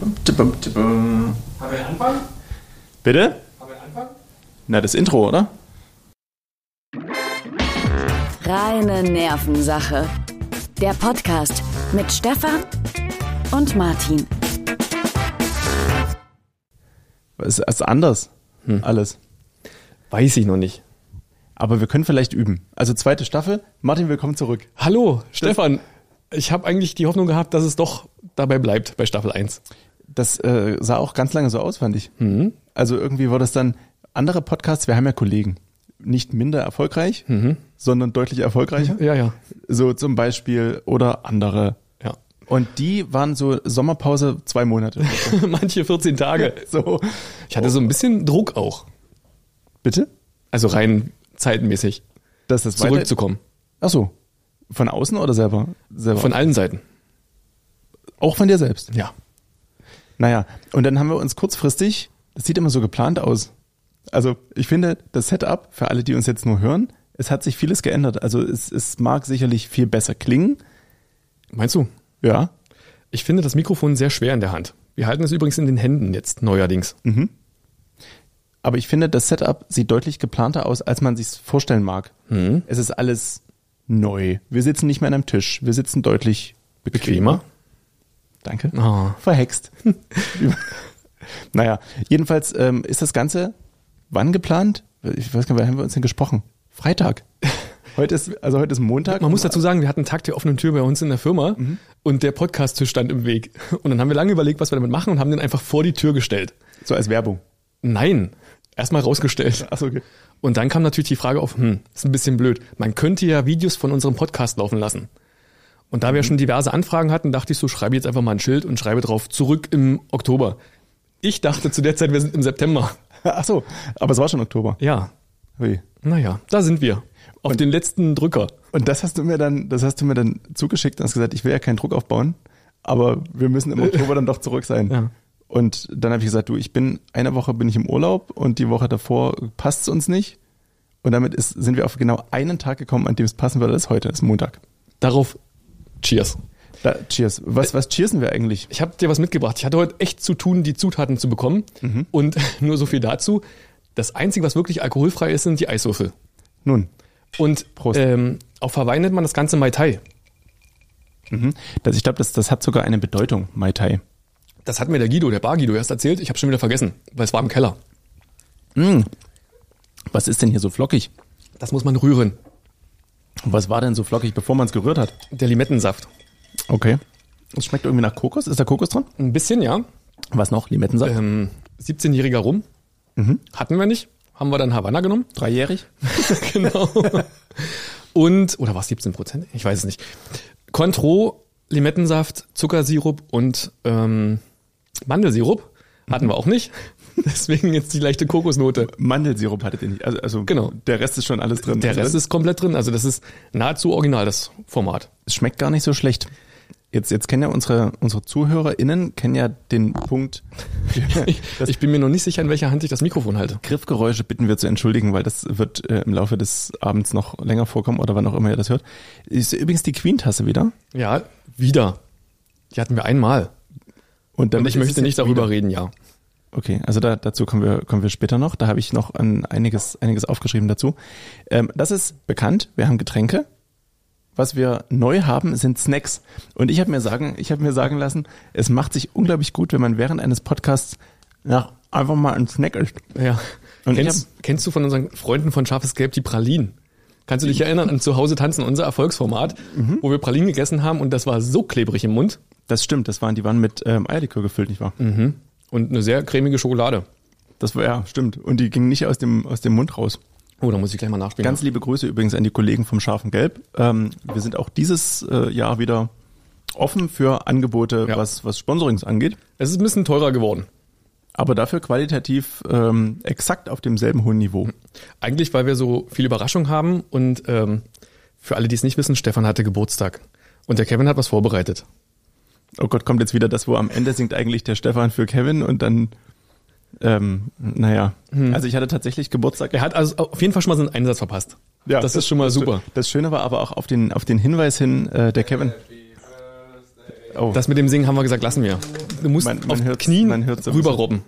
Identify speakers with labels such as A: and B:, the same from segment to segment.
A: Haben wir einen Anfang? Bitte? Haben wir einen Anfang? Na, das Intro, oder?
B: Reine Nervensache. Der Podcast mit Stefan und Martin.
A: Es ist anders. Alles.
C: Weiß ich noch nicht.
A: Aber wir können vielleicht üben. Also zweite Staffel. Martin, willkommen zurück.
C: Hallo, Stefan. Ich habe eigentlich die Hoffnung gehabt, dass es doch dabei bleibt bei Staffel 1.
A: Das äh, sah auch ganz lange so aus, fand ich. Also irgendwie war das dann andere Podcasts, wir haben ja Kollegen, nicht minder erfolgreich, sondern deutlich erfolgreicher.
C: Ja, ja.
A: So zum Beispiel oder andere.
C: Ja.
A: Und die waren so Sommerpause zwei Monate.
C: Manche 14 Tage.
A: So.
C: Ich hatte so ein bisschen Druck auch.
A: Bitte?
C: Also rein zeitmäßig
A: Dass das weiter-
C: zurückzukommen.
A: Ach so. Von außen oder selber? selber?
C: Von allen Seiten.
A: auch von dir selbst.
C: Ja.
A: Naja, und dann haben wir uns kurzfristig, das sieht immer so geplant aus. Also ich finde, das Setup, für alle, die uns jetzt nur hören, es hat sich vieles geändert. Also es, es mag sicherlich viel besser klingen.
C: Meinst du?
A: Ja.
C: Ich finde das Mikrofon sehr schwer in der Hand. Wir halten es übrigens in den Händen jetzt neuerdings.
A: Aber ich finde, das Setup sieht deutlich geplanter aus, als man sich vorstellen mag. Es ist alles neu. Wir sitzen nicht mehr an einem Tisch. Wir sitzen deutlich bequemer.
C: Bequemer?
A: Danke.
C: Ah.
A: Verhext. naja, jedenfalls ähm, ist das Ganze wann geplant? Ich weiß gar nicht, wann haben wir uns denn gesprochen? Freitag. Heute ist, also heute ist Montag.
C: Man muss dazu sagen, wir hatten einen Tag der offenen Tür bei uns in der Firma und der Podcast-Tisch stand im Weg. Und dann haben wir lange überlegt, was wir damit machen und haben den einfach vor die Tür gestellt.
A: so als Werbung.
C: Nein, erstmal rausgestellt.
A: Achso, okay.
C: Und dann kam natürlich die Frage auf, hm, ist ein bisschen blöd. Man könnte ja Videos von unserem Podcast laufen lassen. Und da wir schon diverse Anfragen hatten, dachte ich so, schreibe jetzt einfach mal ein Schild und schreibe drauf, zurück im Oktober. Ich dachte zu der Zeit, wir sind im September.
A: Achso, aber es war schon Oktober.
C: Ja,
A: Hui.
C: naja, da sind wir. Auf den letzten Drücker.
A: Und das hast du mir dann, das hast du mir dann zugeschickt und hast gesagt, ich will ja keinen Druck aufbauen, aber wir müssen im Oktober dann doch zurück sein.
C: Ja.
A: Und dann habe ich gesagt, du, ich bin eine Woche bin ich im Urlaub und die Woche davor passt es uns nicht. Und damit ist, sind wir auf genau einen Tag gekommen, an dem es passen würde, das ist heute, das ist Montag.
C: Darauf, cheers.
A: Da, cheers. Was, was cheersen wir eigentlich?
C: Ich habe dir was mitgebracht. Ich hatte heute echt zu tun, die Zutaten zu bekommen. Und nur so viel dazu. Das Einzige, was wirklich alkoholfrei ist, sind die Eiswürfel.
A: Nun,
C: Und
A: Prost.
C: Ähm, auf Hawaii nennt man das Ganze Mai Tai.
A: mhm. das, ich glaube, das, das hat sogar eine Bedeutung, Mai Tai.
C: Das hat mir der Guido, der Bar Guido, erst erzählt. Ich habe schon wieder vergessen, weil es war im Keller.
A: Was ist denn hier so flockig?
C: Das muss man rühren.
A: Und was war denn so flockig, bevor man es gerührt hat?
C: Der Limettensaft.
A: Okay. Es schmeckt irgendwie nach Kokos. Ist da Kokos drin?
C: Ein bisschen, ja.
A: Was noch? Limettensaft?
C: Ähm, 17-jähriger Rum. Hatten wir nicht. Haben wir dann Havanna genommen.
A: Dreijährig?
C: genau. Und, oder war es 17 Prozent? Ich weiß es nicht. Contro, Limettensaft, Zuckersirup und ähm, Mandelsirup hatten wir auch nicht. Deswegen jetzt die leichte Kokosnote.
A: Mandelsirup hattet ihr nicht. Also, also
C: Genau.
A: der Rest ist schon alles drin.
C: Der
A: Also
C: Rest
A: das-
C: ist komplett drin. Also das ist nahezu original, das Format.
A: es schmeckt gar nicht so schlecht. Jetzt, jetzt kennen ja unsere, unsere ZuhörerInnen kennen ja den Punkt.
C: Ich, ich bin mir noch nicht sicher, in welcher Hand ich das Mikrofon halte.
A: Griffgeräusche bitten wir zu entschuldigen, weil das wird äh, im Laufe des Abends noch länger vorkommen oder wann auch immer ihr das hört. Ist übrigens die Queen-Tasse wieder.
C: Ja, wieder. Die hatten wir einmal.
A: dann
C: Und
A: ist
C: ich
A: es
C: möchte nicht
A: jetzt
C: darüber
A: wieder.
C: reden, ja.
A: Okay, also da, dazu kommen wir, kommen wir später noch. Da habe ich noch an einiges, einiges aufgeschrieben dazu. Ähm, das ist bekannt. Wir haben Getränke. Was wir neu haben, sind Snacks. Und ich habe mir sagen, ich habe mir sagen lassen, es macht sich unglaublich gut, wenn man während eines Podcasts nach einfach mal einen Snack isst.
C: Ja.
A: Und ich
C: kennst, kennst du von unseren Freunden von Scharfes Gelb die Pralinen? Kannst du dich erinnern an Zuhause tanzen, unser Erfolgsformat,
A: Mhm.
C: wo wir Pralinen gegessen haben und das war so klebrig im Mund
A: Das stimmt. Das waren, die waren mit ähm, Eierlikör gefüllt, nicht wahr?
C: und eine sehr cremige Schokolade.
A: Das war ja stimmt. Und die gingen nicht aus dem aus dem Mund raus.
C: Oh, da muss ich gleich mal nachspielen.
A: Ganz liebe Grüße übrigens an die Kollegen vom Scharfen Gelb. Ähm, wir sind auch dieses äh, Jahr wieder offen für Angebote,
C: Ja.
A: was was Sponsorings angeht.
C: es ist ein bisschen teurer geworden.
A: aber dafür qualitativ ähm, exakt auf demselben hohen Niveau.
C: Hm. Eigentlich, weil wir so viel Überraschung haben und ähm, für alle, die es nicht wissen, Stefan hatte Geburtstag und der Kevin hat was vorbereitet.
A: Oh Gott, kommt jetzt wieder das, wo am Ende singt eigentlich der Stefan für Kevin und dann, ähm, naja.
C: Hm.
A: Also ich hatte tatsächlich Geburtstag.
C: Er hat also auf jeden Fall schon mal seinen Einsatz verpasst. das, ist schon mal super.
A: Das Schöne war aber auch auf den, auf den Hinweis hin, äh, der Kevin. Oh,
C: Das mit dem Singen haben wir gesagt, lassen wir. du musst
A: Man- man
C: auf
A: hört's-
C: Knien
A: man hört's sowieso.
C: rüberrobben.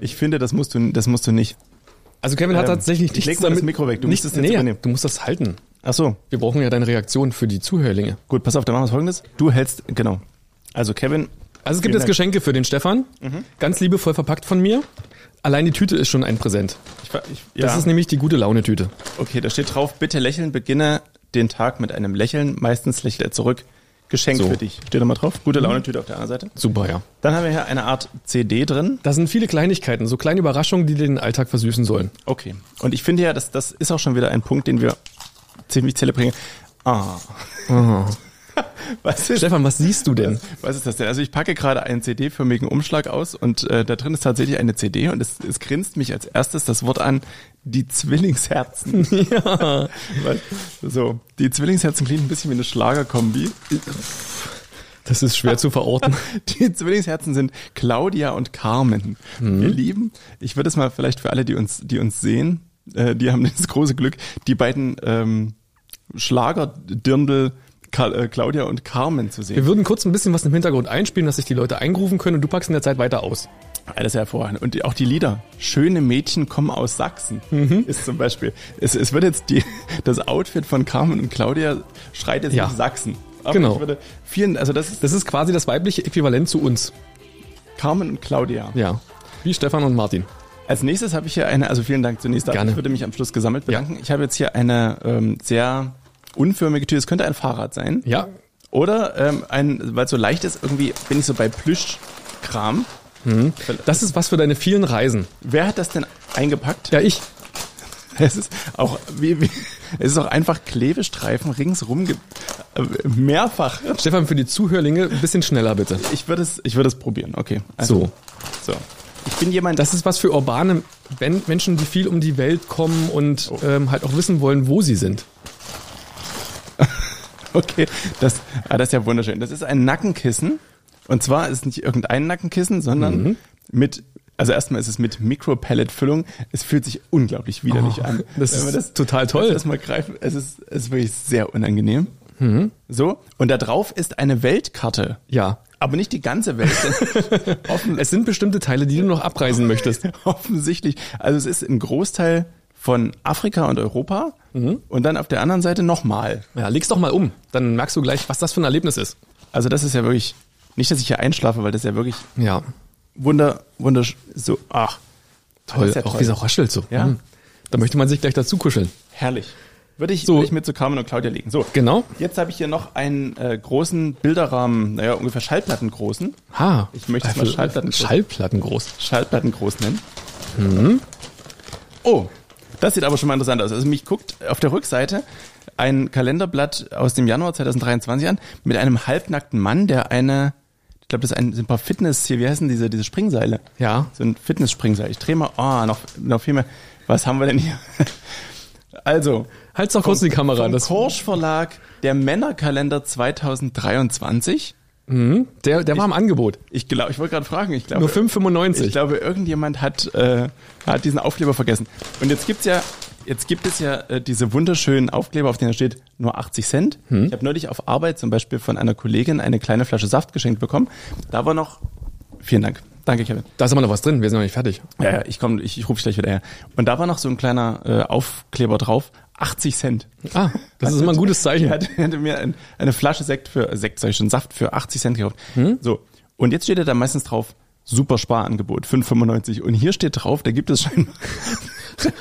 A: Ich finde, das musst du, das musst du nicht.
C: Also Kevin hat
A: Ähm,
C: tatsächlich
A: ich leg
C: nichts
A: mal das Mikro weg, du musst es jetzt
C: nee,
A: übernehmen.
C: Du musst das halten.
A: Ach so,
C: Wir brauchen ja deine Reaktion für die Zuhörlinge.
A: gut, pass auf, dann machen wir folgendes. Du hältst, genau. Also Kevin,
C: Also es gibt
A: Vielen
C: jetzt
A: Dank. Mhm.
C: Geschenke für den Stefan. Ganz liebevoll verpackt von mir. Allein die Tüte ist schon ein Präsent.
A: ich, fa- ich, ja.
C: Das ist nämlich die gute Laune-Tüte.
A: okay, da steht drauf, bitte lächeln, beginne den Tag mit einem Lächeln, meistens lächelt er zurück. Geschenk
C: So.
A: für dich. Steht da mal drauf. Gute Launetüte auf der anderen Seite.
C: Super, ja.
A: Dann haben wir hier eine Art CD drin.
C: Da sind viele Kleinigkeiten, so kleine Überraschungen, die den Alltag versüßen sollen.
A: Okay. Und ich finde ja, das, das ist auch schon wieder ein Punkt, den wir ziemlich zelebrieren. Ah. Was ist
C: Stefan, was siehst du denn?
A: Was ist das denn? Also ich packe gerade einen CD-förmigen Umschlag aus und äh, da drin ist tatsächlich eine CD und es, es grinst mich als erstes das Wort an, die Zwillingsherzen.
C: Ja.
A: Weil, so, die Zwillingsherzen klingen ein bisschen wie eine Schlagerkombi.
C: Das ist schwer zu verorten.
A: Die Zwillingsherzen sind Claudia und Carmen. Wir lieben, ich würde es mal vielleicht für alle, die uns, die uns sehen, äh, die haben das große Glück, die beiden ähm, Schlagerdirndl Ka- äh, Claudia und Carmen zu sehen.
C: Wir würden kurz ein bisschen was im Hintergrund einspielen, dass sich die Leute eingrooven können und du packst in der Zeit weiter aus.
A: Alles hervorragend. Und die- auch die Lieder. Schöne Mädchen kommen aus Sachsen
C: Mhm.
A: ist zum Beispiel. Es, es wird jetzt die, das Outfit von Carmen und Claudia schreit jetzt
C: Ja.
A: nach Sachsen. Aber
C: Genau.
A: Ich würde vielen, also das ist
C: Das ist quasi das weibliche Äquivalent zu uns.
A: Carmen und Claudia.
C: Ja. Wie Stefan und Martin.
A: Als nächstes habe ich hier eine, also vielen Dank zunächst. dafür.
C: Gerne.
A: Ich würde mich am Schluss gesammelt bedanken. Ich habe jetzt hier eine ähm, sehr unförmige Tür. Es könnte ein Fahrrad sein.
C: Ja.
A: Oder ähm, ein, weil es so leicht ist, irgendwie bin ich so bei Plüschkram.
C: Das ist was für deine vielen Reisen.
A: Wer hat das denn eingepackt?
C: Ja, ich.
A: Es ist auch wie, wie es ist auch einfach Klebestreifen ringsrum ge äh, mehrfach.
C: Stefan, für die Zuhörlinge ein bisschen schneller bitte.
A: Ich würde es ich würde es probieren. Okay. Also,
C: So.
A: so. Ich bin jemand,
C: Das ist was für urbane Ben- Menschen, die viel um die Welt kommen und
A: Oh.
C: ähm, halt auch wissen wollen, wo sie sind.
A: okay, das ah, das ist ja wunderschön. Das ist ein Nackenkissen und zwar ist es nicht irgendein Nackenkissen, sondern
C: Mhm.
A: mit also erstmal ist es mit Micropellet-Füllung. Es fühlt sich unglaublich widerlich
C: Oh,
A: an.
C: das
A: Wenn man
C: ist total toll.
A: wenn man Das mal greifen. Es ist es ist wirklich sehr unangenehm. So und da drauf ist eine Weltkarte,
C: Mhm. Ja.
A: aber nicht die ganze Welt. denn Offen,
C: Es sind bestimmte Teile, die du noch abreisen möchtest.
A: Offensichtlich. Also es ist ein Großteil von Afrika und Europa
C: Mhm.
A: und dann auf der anderen Seite nochmal.
C: Ja, leg's doch mal um. Dann merkst du gleich, was das für ein Erlebnis ist.
A: Also das ist ja wirklich, nicht, dass ich hier einschlafe, weil das ist ja wirklich
C: Ja.
A: wunder, wundersch, so, ach,
C: Toll.
A: Das ist ja
C: Auch
A: toll.
C: wie es raschelt so.
A: Ja.
C: Hm. Da möchte man sich gleich dazu kuscheln.
A: herrlich. Würde ich,
C: So.
A: würde ich mir zu Carmen und Claudia legen. So,
C: Genau.
A: jetzt habe ich hier noch einen äh, großen Bilderrahmen, naja, ungefähr Schallplatten großen.
C: Ha.
A: Ich möchte es mal
C: Also,
A: Schallplatten-
C: Schallplatten groß.
A: Schallplatten groß nennen.
C: Mhm.
A: Oh, das sieht aber schon mal interessant aus. Also mich guckt auf der Rückseite ein Kalenderblatt aus dem Januar 2023 an mit einem halbnackten Mann, der eine, ich glaube, das ist ein, sind ein paar Fitness hier, wie heißen diese, diese Springseile?
C: Ja.
A: So ein Fitness-Springseil. Ich drehe mal, oh, noch, noch viel mehr. Was haben wir denn hier? Also,
C: Halt's doch kurz die Kamera.
A: vom
C: Das,
A: Korsch Verlag, der Männerkalender 2023.
C: der, der war im Angebot.
A: Ich glaube, ich wollte gerade fragen, ich glaube.
C: Nur 5,95.
A: Ich glaube, irgendjemand hat, äh, hat diesen Aufkleber vergessen. Und jetzt gibt's ja, jetzt gibt es ja äh, diese wunderschönen Aufkleber, auf denen steht nur 80 Cent. Ich habe neulich auf Arbeit zum Beispiel von einer Kollegin eine kleine Flasche Saft geschenkt bekommen. Da war noch, vielen Dank. Danke, Kevin.
C: Da ist aber noch was drin. Wir sind noch nicht fertig.
A: Ja, ja, ich komme, ich, ich rufe dich gleich wieder her. Und da war noch so ein kleiner äh, Aufkleber drauf, 80 Cent.
C: Ah, das ist immer ein gutes Zeichen.
A: Er hatte, er hatte mir ein, eine Flasche Sekt für, äh, Sekt, sag ich schon, Saft für 80 Cent gekauft.
C: Hm?
A: So. Und jetzt steht ja da meistens drauf, super Sparangebot, 5,95. Und hier steht drauf, da gibt es scheinbar,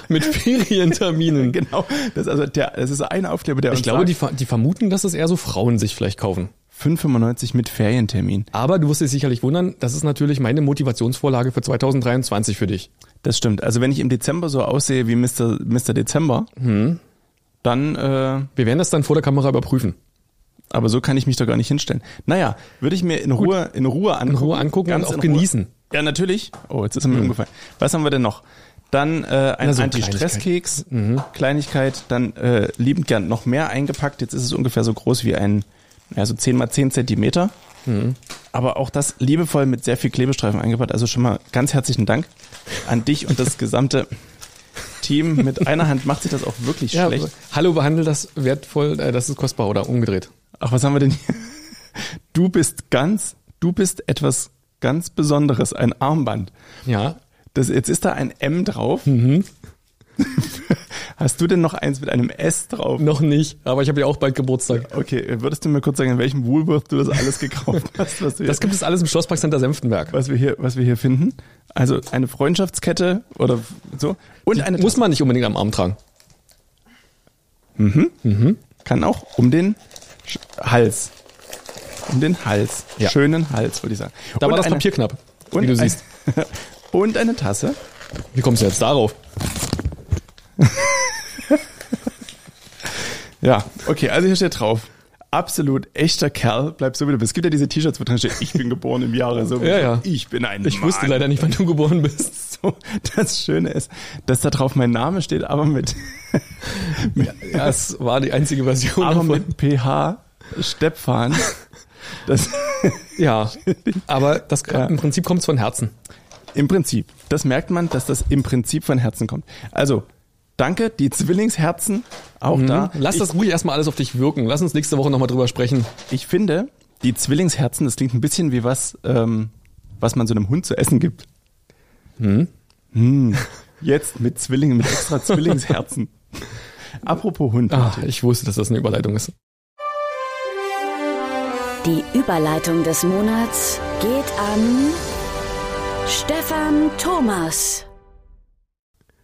C: Mit Ferienterminen.
A: genau, das, ist also der, das ist ein Aufkleber, der
C: Ich glaube, die, ver- die vermuten, dass es eher so Frauen sich vielleicht kaufen.
A: 5,95 mit Ferientermin.
C: Aber du wirst dich sicherlich wundern, das ist natürlich meine Motivationsvorlage für 2023 für dich.
A: Das stimmt. Also wenn ich im Dezember so aussehe wie Mr. Mr. Dezember,
C: Hm.
A: dann, äh,
C: Wir werden das dann vor der Kamera überprüfen.
A: aber so kann ich mich doch gar nicht hinstellen. Naja, würde ich mir in Ruhe, in Ruhe angucken.
C: Ruhe angucken
A: ganz
C: und auch
A: in
C: genießen. Mhm.
A: Ja, natürlich. Oh, jetzt ist er mir umgefallen. Was haben wir denn noch? Dann äh, ein
C: Na, so Mhm.
A: Anti-Stress-Keks, Kleinigkeit, dann äh, liebend gern noch mehr eingepackt. Jetzt ist es ungefähr so groß wie ein, ja, so 10 mal 10 Zentimeter.
C: Mhm.
A: Aber auch das liebevoll mit sehr viel Klebestreifen eingepackt. Also schon mal ganz herzlichen Dank an dich und das gesamte Team. Mit einer Hand macht sich das auch wirklich schlecht.
C: Hallo, behandel das wertvoll, äh, das ist kostbar oder umgedreht.
A: Ach, was haben wir denn hier? Du bist ganz, du bist etwas ganz Besonderes, ein Armband.
C: Ja.
A: Das, jetzt ist da ein M drauf.
C: Mhm.
A: Hast du denn noch eins mit einem S drauf?
C: Noch nicht, aber ich habe ja auch bald Geburtstag.
A: Okay, würdest du mir kurz sagen, in welchem Woolworth du das alles gekauft hast, was wir,
C: Das gibt es alles im Schlosspark Center Senftenberg.
A: was wir, hier, was wir hier finden? Also eine Freundschaftskette oder so. Und eine
C: Muss man nicht unbedingt am Arm tragen.
A: kann auch um den Sch Hals. Um den Hals.
C: Ja.
A: Schönen Hals, würde ich sagen.
C: Da
A: Und
C: war das
A: eine-
C: Papier knapp,
A: und
C: wie du
A: ein-
C: siehst.
A: und eine Tasse.
C: Wie kommst du jetzt darauf?
A: Ja, okay, also hier steht drauf. Absolut echter Kerl, bleib so wie du bist. Es gibt ja diese T-Shirts, wo drin steht, ich bin geboren im Jahre so.
C: Ja, ja.
A: Ich bin ein
C: Ich
A: Mann.
C: wusste leider nicht, wann du geboren bist.
A: So, das Schöne ist, dass da drauf mein Name steht, aber mit, mit,
C: Ja, es war die einzige Version
A: aber
C: davon.
A: mit PH Stepfan. Das,
C: Ja, aber das
A: Ja.
C: im Prinzip kommt es von Herzen.
A: Im Prinzip. Das merkt man, dass das im Prinzip von Herzen kommt. Also, danke, die Zwillingsherzen, auch da.
C: Mhm. Lass
A: ich,
C: das ruhig erstmal alles auf dich wirken. Lass uns nächste Woche nochmal drüber sprechen.
A: ich finde, die Zwillingsherzen, das klingt ein bisschen wie was, ähm, was man so einem Hund zu essen gibt. Hm. Jetzt mit Zwillingen, mit extra Zwillingsherzen. Apropos Hund.
C: Ah, ich wusste, dass das eine Überleitung ist.
B: Die Überleitung des Monats geht an Stefan Thomas.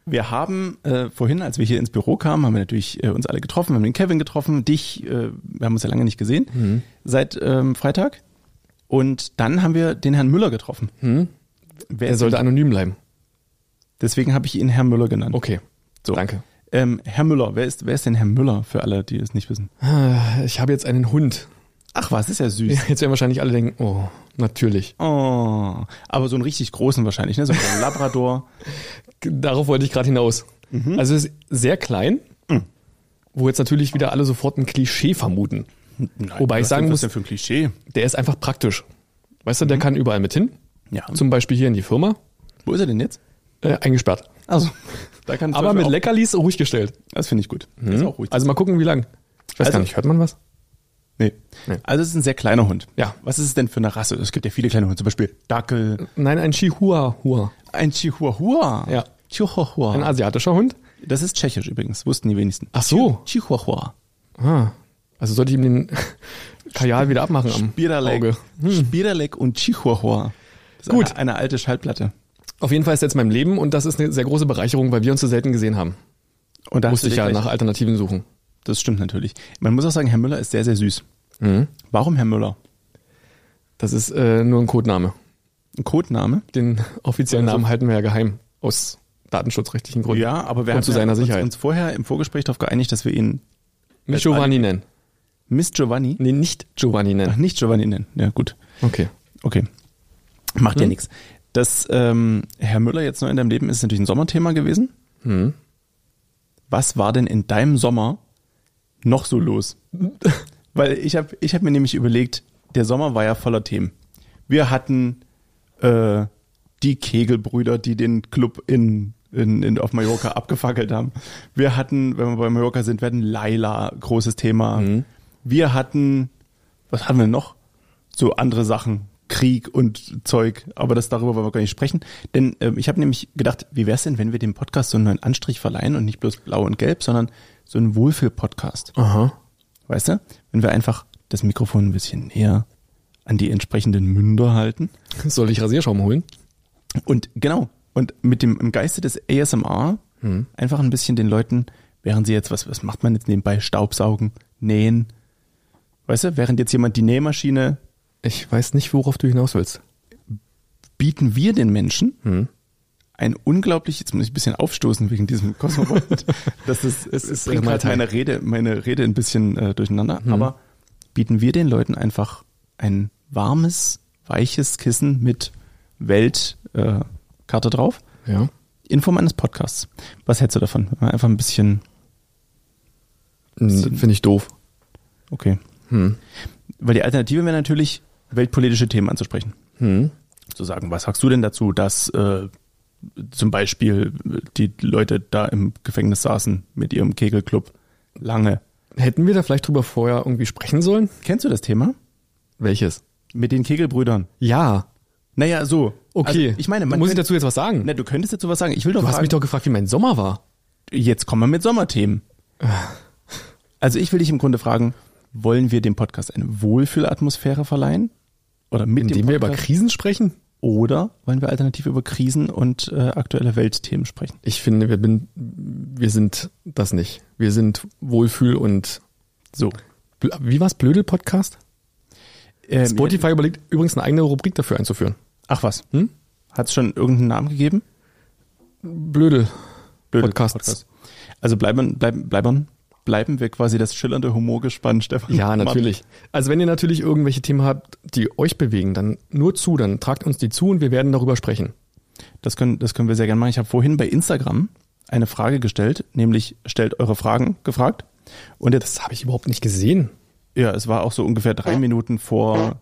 A: Wir haben äh, vorhin, als wir hier ins Büro kamen, haben wir natürlich äh, uns alle getroffen, wir haben den Kevin getroffen, dich, äh, wir haben uns ja lange nicht gesehen,
C: Hm.
A: seit ähm, Freitag. Und dann haben wir den Herrn Müller getroffen.
C: Hm?
A: Wer
C: Er
A: ist
C: sollte
A: denn-
C: anonym bleiben.
A: Deswegen habe ich ihn Herr Müller genannt.
C: Okay,
A: So.
C: danke.
A: Ähm, Herr Müller, wer ist, wer ist denn Herr Müller für alle, die es nicht wissen?
C: Ich habe jetzt einen Hund.
A: Ach was, ist ja süß.
C: Jetzt werden wahrscheinlich alle denken, oh, natürlich.
A: Oh, aber so einen richtig großen wahrscheinlich, ne? So ein Labrador.
C: Darauf wollte ich gerade hinaus. Also es ist sehr klein, wo jetzt natürlich wieder alle sofort ein Klischee vermuten.
A: Nein,
C: Wobei ich
A: was
C: sagen
A: denn,
C: muss-
A: was denn für ein Klischee?
C: Der ist einfach praktisch. Weißt du, der kann überall mit hin.
A: Ja.
C: Zum Beispiel hier in die Firma,
A: wo ist er denn jetzt?
C: äh, eingesperrt.
A: Also, da kann ich
C: Aber
A: zum
C: mit
A: Beispiel
C: Leckerlis ruhig gestellt.
A: auch, Das finde ich gut. Das ist auch ruhig.
C: Also mal gucken, wie lang. Ich weiß
A: Also-
C: gar nicht, hört man was?
A: Nee.
C: Nee.
A: Also es ist ein sehr kleiner Hund.
C: Ja.
A: Was ist es denn für eine Rasse? Es gibt ja viele kleine Hunde, zum Beispiel Dackel,
C: Nein, ein Chihuahua.
A: ein Chihuahua.
C: Ja. Ein
A: Chihuahua.
C: asiatischer Hund.
A: Das ist tschechisch übrigens, wussten die wenigsten.
C: Ach so.
A: Chihuahua.
C: Ah. Also sollte ich ihm den Kajal wieder abmachen am
A: Spiralek.
C: Auge.
A: Hm. Spiralek und Chihuahua. Das ist
C: Gut.
A: Eine, eine alte Schallplatte.
C: Auf jeden Fall ist er jetzt mein Leben und das ist eine sehr große Bereicherung, weil wir uns so selten gesehen haben.
A: Und da hast
C: Musste
A: du
C: ich ja
A: gleich-
C: nach Alternativen suchen.
A: Das stimmt natürlich. Man muss auch sagen, Herr Müller ist sehr, sehr süß.
C: Mhm.
A: Warum Herr Müller?
C: Das ist äh, nur ein Codename.
A: Ein Codename?
C: Den offiziellen Namen halten wir ja geheim aus datenschutzrechtlichen Gründen.
A: Also Ja, aber wir
C: Und zu seiner
A: uns,
C: Sicherheit.
A: uns vorher im Vorgespräch darauf geeinigt, dass wir ihn
C: Nicht Giovanni nennen.
A: Miss Giovanni,
C: Nee, nicht Giovanni nennen.
A: nicht Giovanni nennen. Ja, gut.
C: Okay.
A: Okay. Macht ja nichts. Dass ähm, Herr Müller jetzt neu in deinem Leben ist, ist natürlich ein Sommerthema gewesen. Was war denn in deinem Sommer noch so los? Weil ich habe ich hab mir nämlich überlegt, der Sommer war ja voller Themen. Wir hatten äh, die Kegelbrüder, die den Club in, in, in, auf Mallorca abgefackelt haben. Wir hatten, wenn wir bei Mallorca sind, wir hatten Laila, großes Thema. Wir hatten, was hatten wir noch? so andere Sachen, Krieg und Zeug, aber das darüber wollen wir gar nicht sprechen. Denn ähm, ich habe nämlich gedacht, wie wär's denn, wenn wir dem Podcast so einen neuen Anstrich verleihen und nicht bloß blau und gelb, sondern so einen Wohlfühl-Podcast.
C: Aha.
A: Weißt du? Wenn wir einfach das Mikrofon ein bisschen näher an die entsprechenden Münder halten.
C: Soll ich Rasierschaum holen?
A: Und genau, und mit dem im Geiste des ASMR einfach ein bisschen den Leuten, während sie jetzt, was, was macht man jetzt nebenbei? Staubsaugen, nähen. Weißt du, während jetzt jemand die Nähmaschine
C: Ich weiß nicht, worauf du hinaus willst.
A: bieten wir den Menschen ein unglaublich, jetzt muss ich ein bisschen aufstoßen wegen diesem Kosmopolit, das ist, es
C: ist
A: bringt halt
C: Malteil.
A: meine Rede, meine Rede ein bisschen äh, durcheinander, aber bieten wir den Leuten einfach ein warmes, weiches Kissen mit Weltkarte äh, Karte drauf,
C: Ja.
A: in Form eines Podcasts. Was hältst du davon? Wenn wir Einfach ein bisschen,
C: Finde ich doof.
A: okay.
C: Hm.
A: Weil die Alternative wäre natürlich, weltpolitische Themen anzusprechen.
C: Hm.
A: Zu sagen, was sagst du denn dazu, dass äh, zum Beispiel äh, die Leute da im Gefängnis saßen mit ihrem Kegelclub lange?
C: Hätten wir da vielleicht drüber vorher irgendwie sprechen sollen?
A: Kennst du das Thema?
C: Welches?
A: Mit den Kegelbrüdern.
C: Ja.
A: Naja, so.
C: Okay.
A: Also, ich meine, man
C: Muss ich
A: könnte-
C: dazu jetzt was sagen?
A: Na, du könntest dazu was sagen. Ich will doch
C: du hast
A: fragen,
C: mich doch gefragt, wie mein Sommer war.
A: jetzt kommen wir mit Sommerthemen.
C: Ah.
A: Also ich will dich im Grunde fragen, wollen wir dem Podcast eine Wohlfühlatmosphäre verleihen? Oder mit
C: Indem
A: dem
C: wir über
A: Podcast?
C: Krisen sprechen?
A: Oder wollen wir alternativ über Krisen und äh, aktuelle Weltthemen sprechen?
C: Ich finde, wir, bin, wir sind das nicht. Wir sind Wohlfühl und
A: So.
C: Bl- wie war's, Blödel-Podcast?
A: Ähm,
C: Spotify überlegt übrigens eine eigene Rubrik dafür einzuführen.
A: Ach was. Hm? Hat es schon irgendeinen Namen gegeben?
C: Blödel.
A: Blöde
C: Podcasts.
A: Also bleiben, bleiben, bleiben, bleiben wir quasi das schillernde Humorgespann, Stefan.
C: Ja,
A: Mann.
C: natürlich. Also wenn ihr natürlich irgendwelche Themen habt, die euch bewegen, dann nur zu, dann tragt uns die zu und wir werden darüber sprechen.
A: Das können, das können wir sehr gerne machen. Ich habe vorhin bei Instagram eine Frage gestellt, nämlich stellt eure Fragen gefragt. Und jetzt,
C: Das habe ich überhaupt nicht gesehen.
A: ja, es war auch so ungefähr drei Minuten vor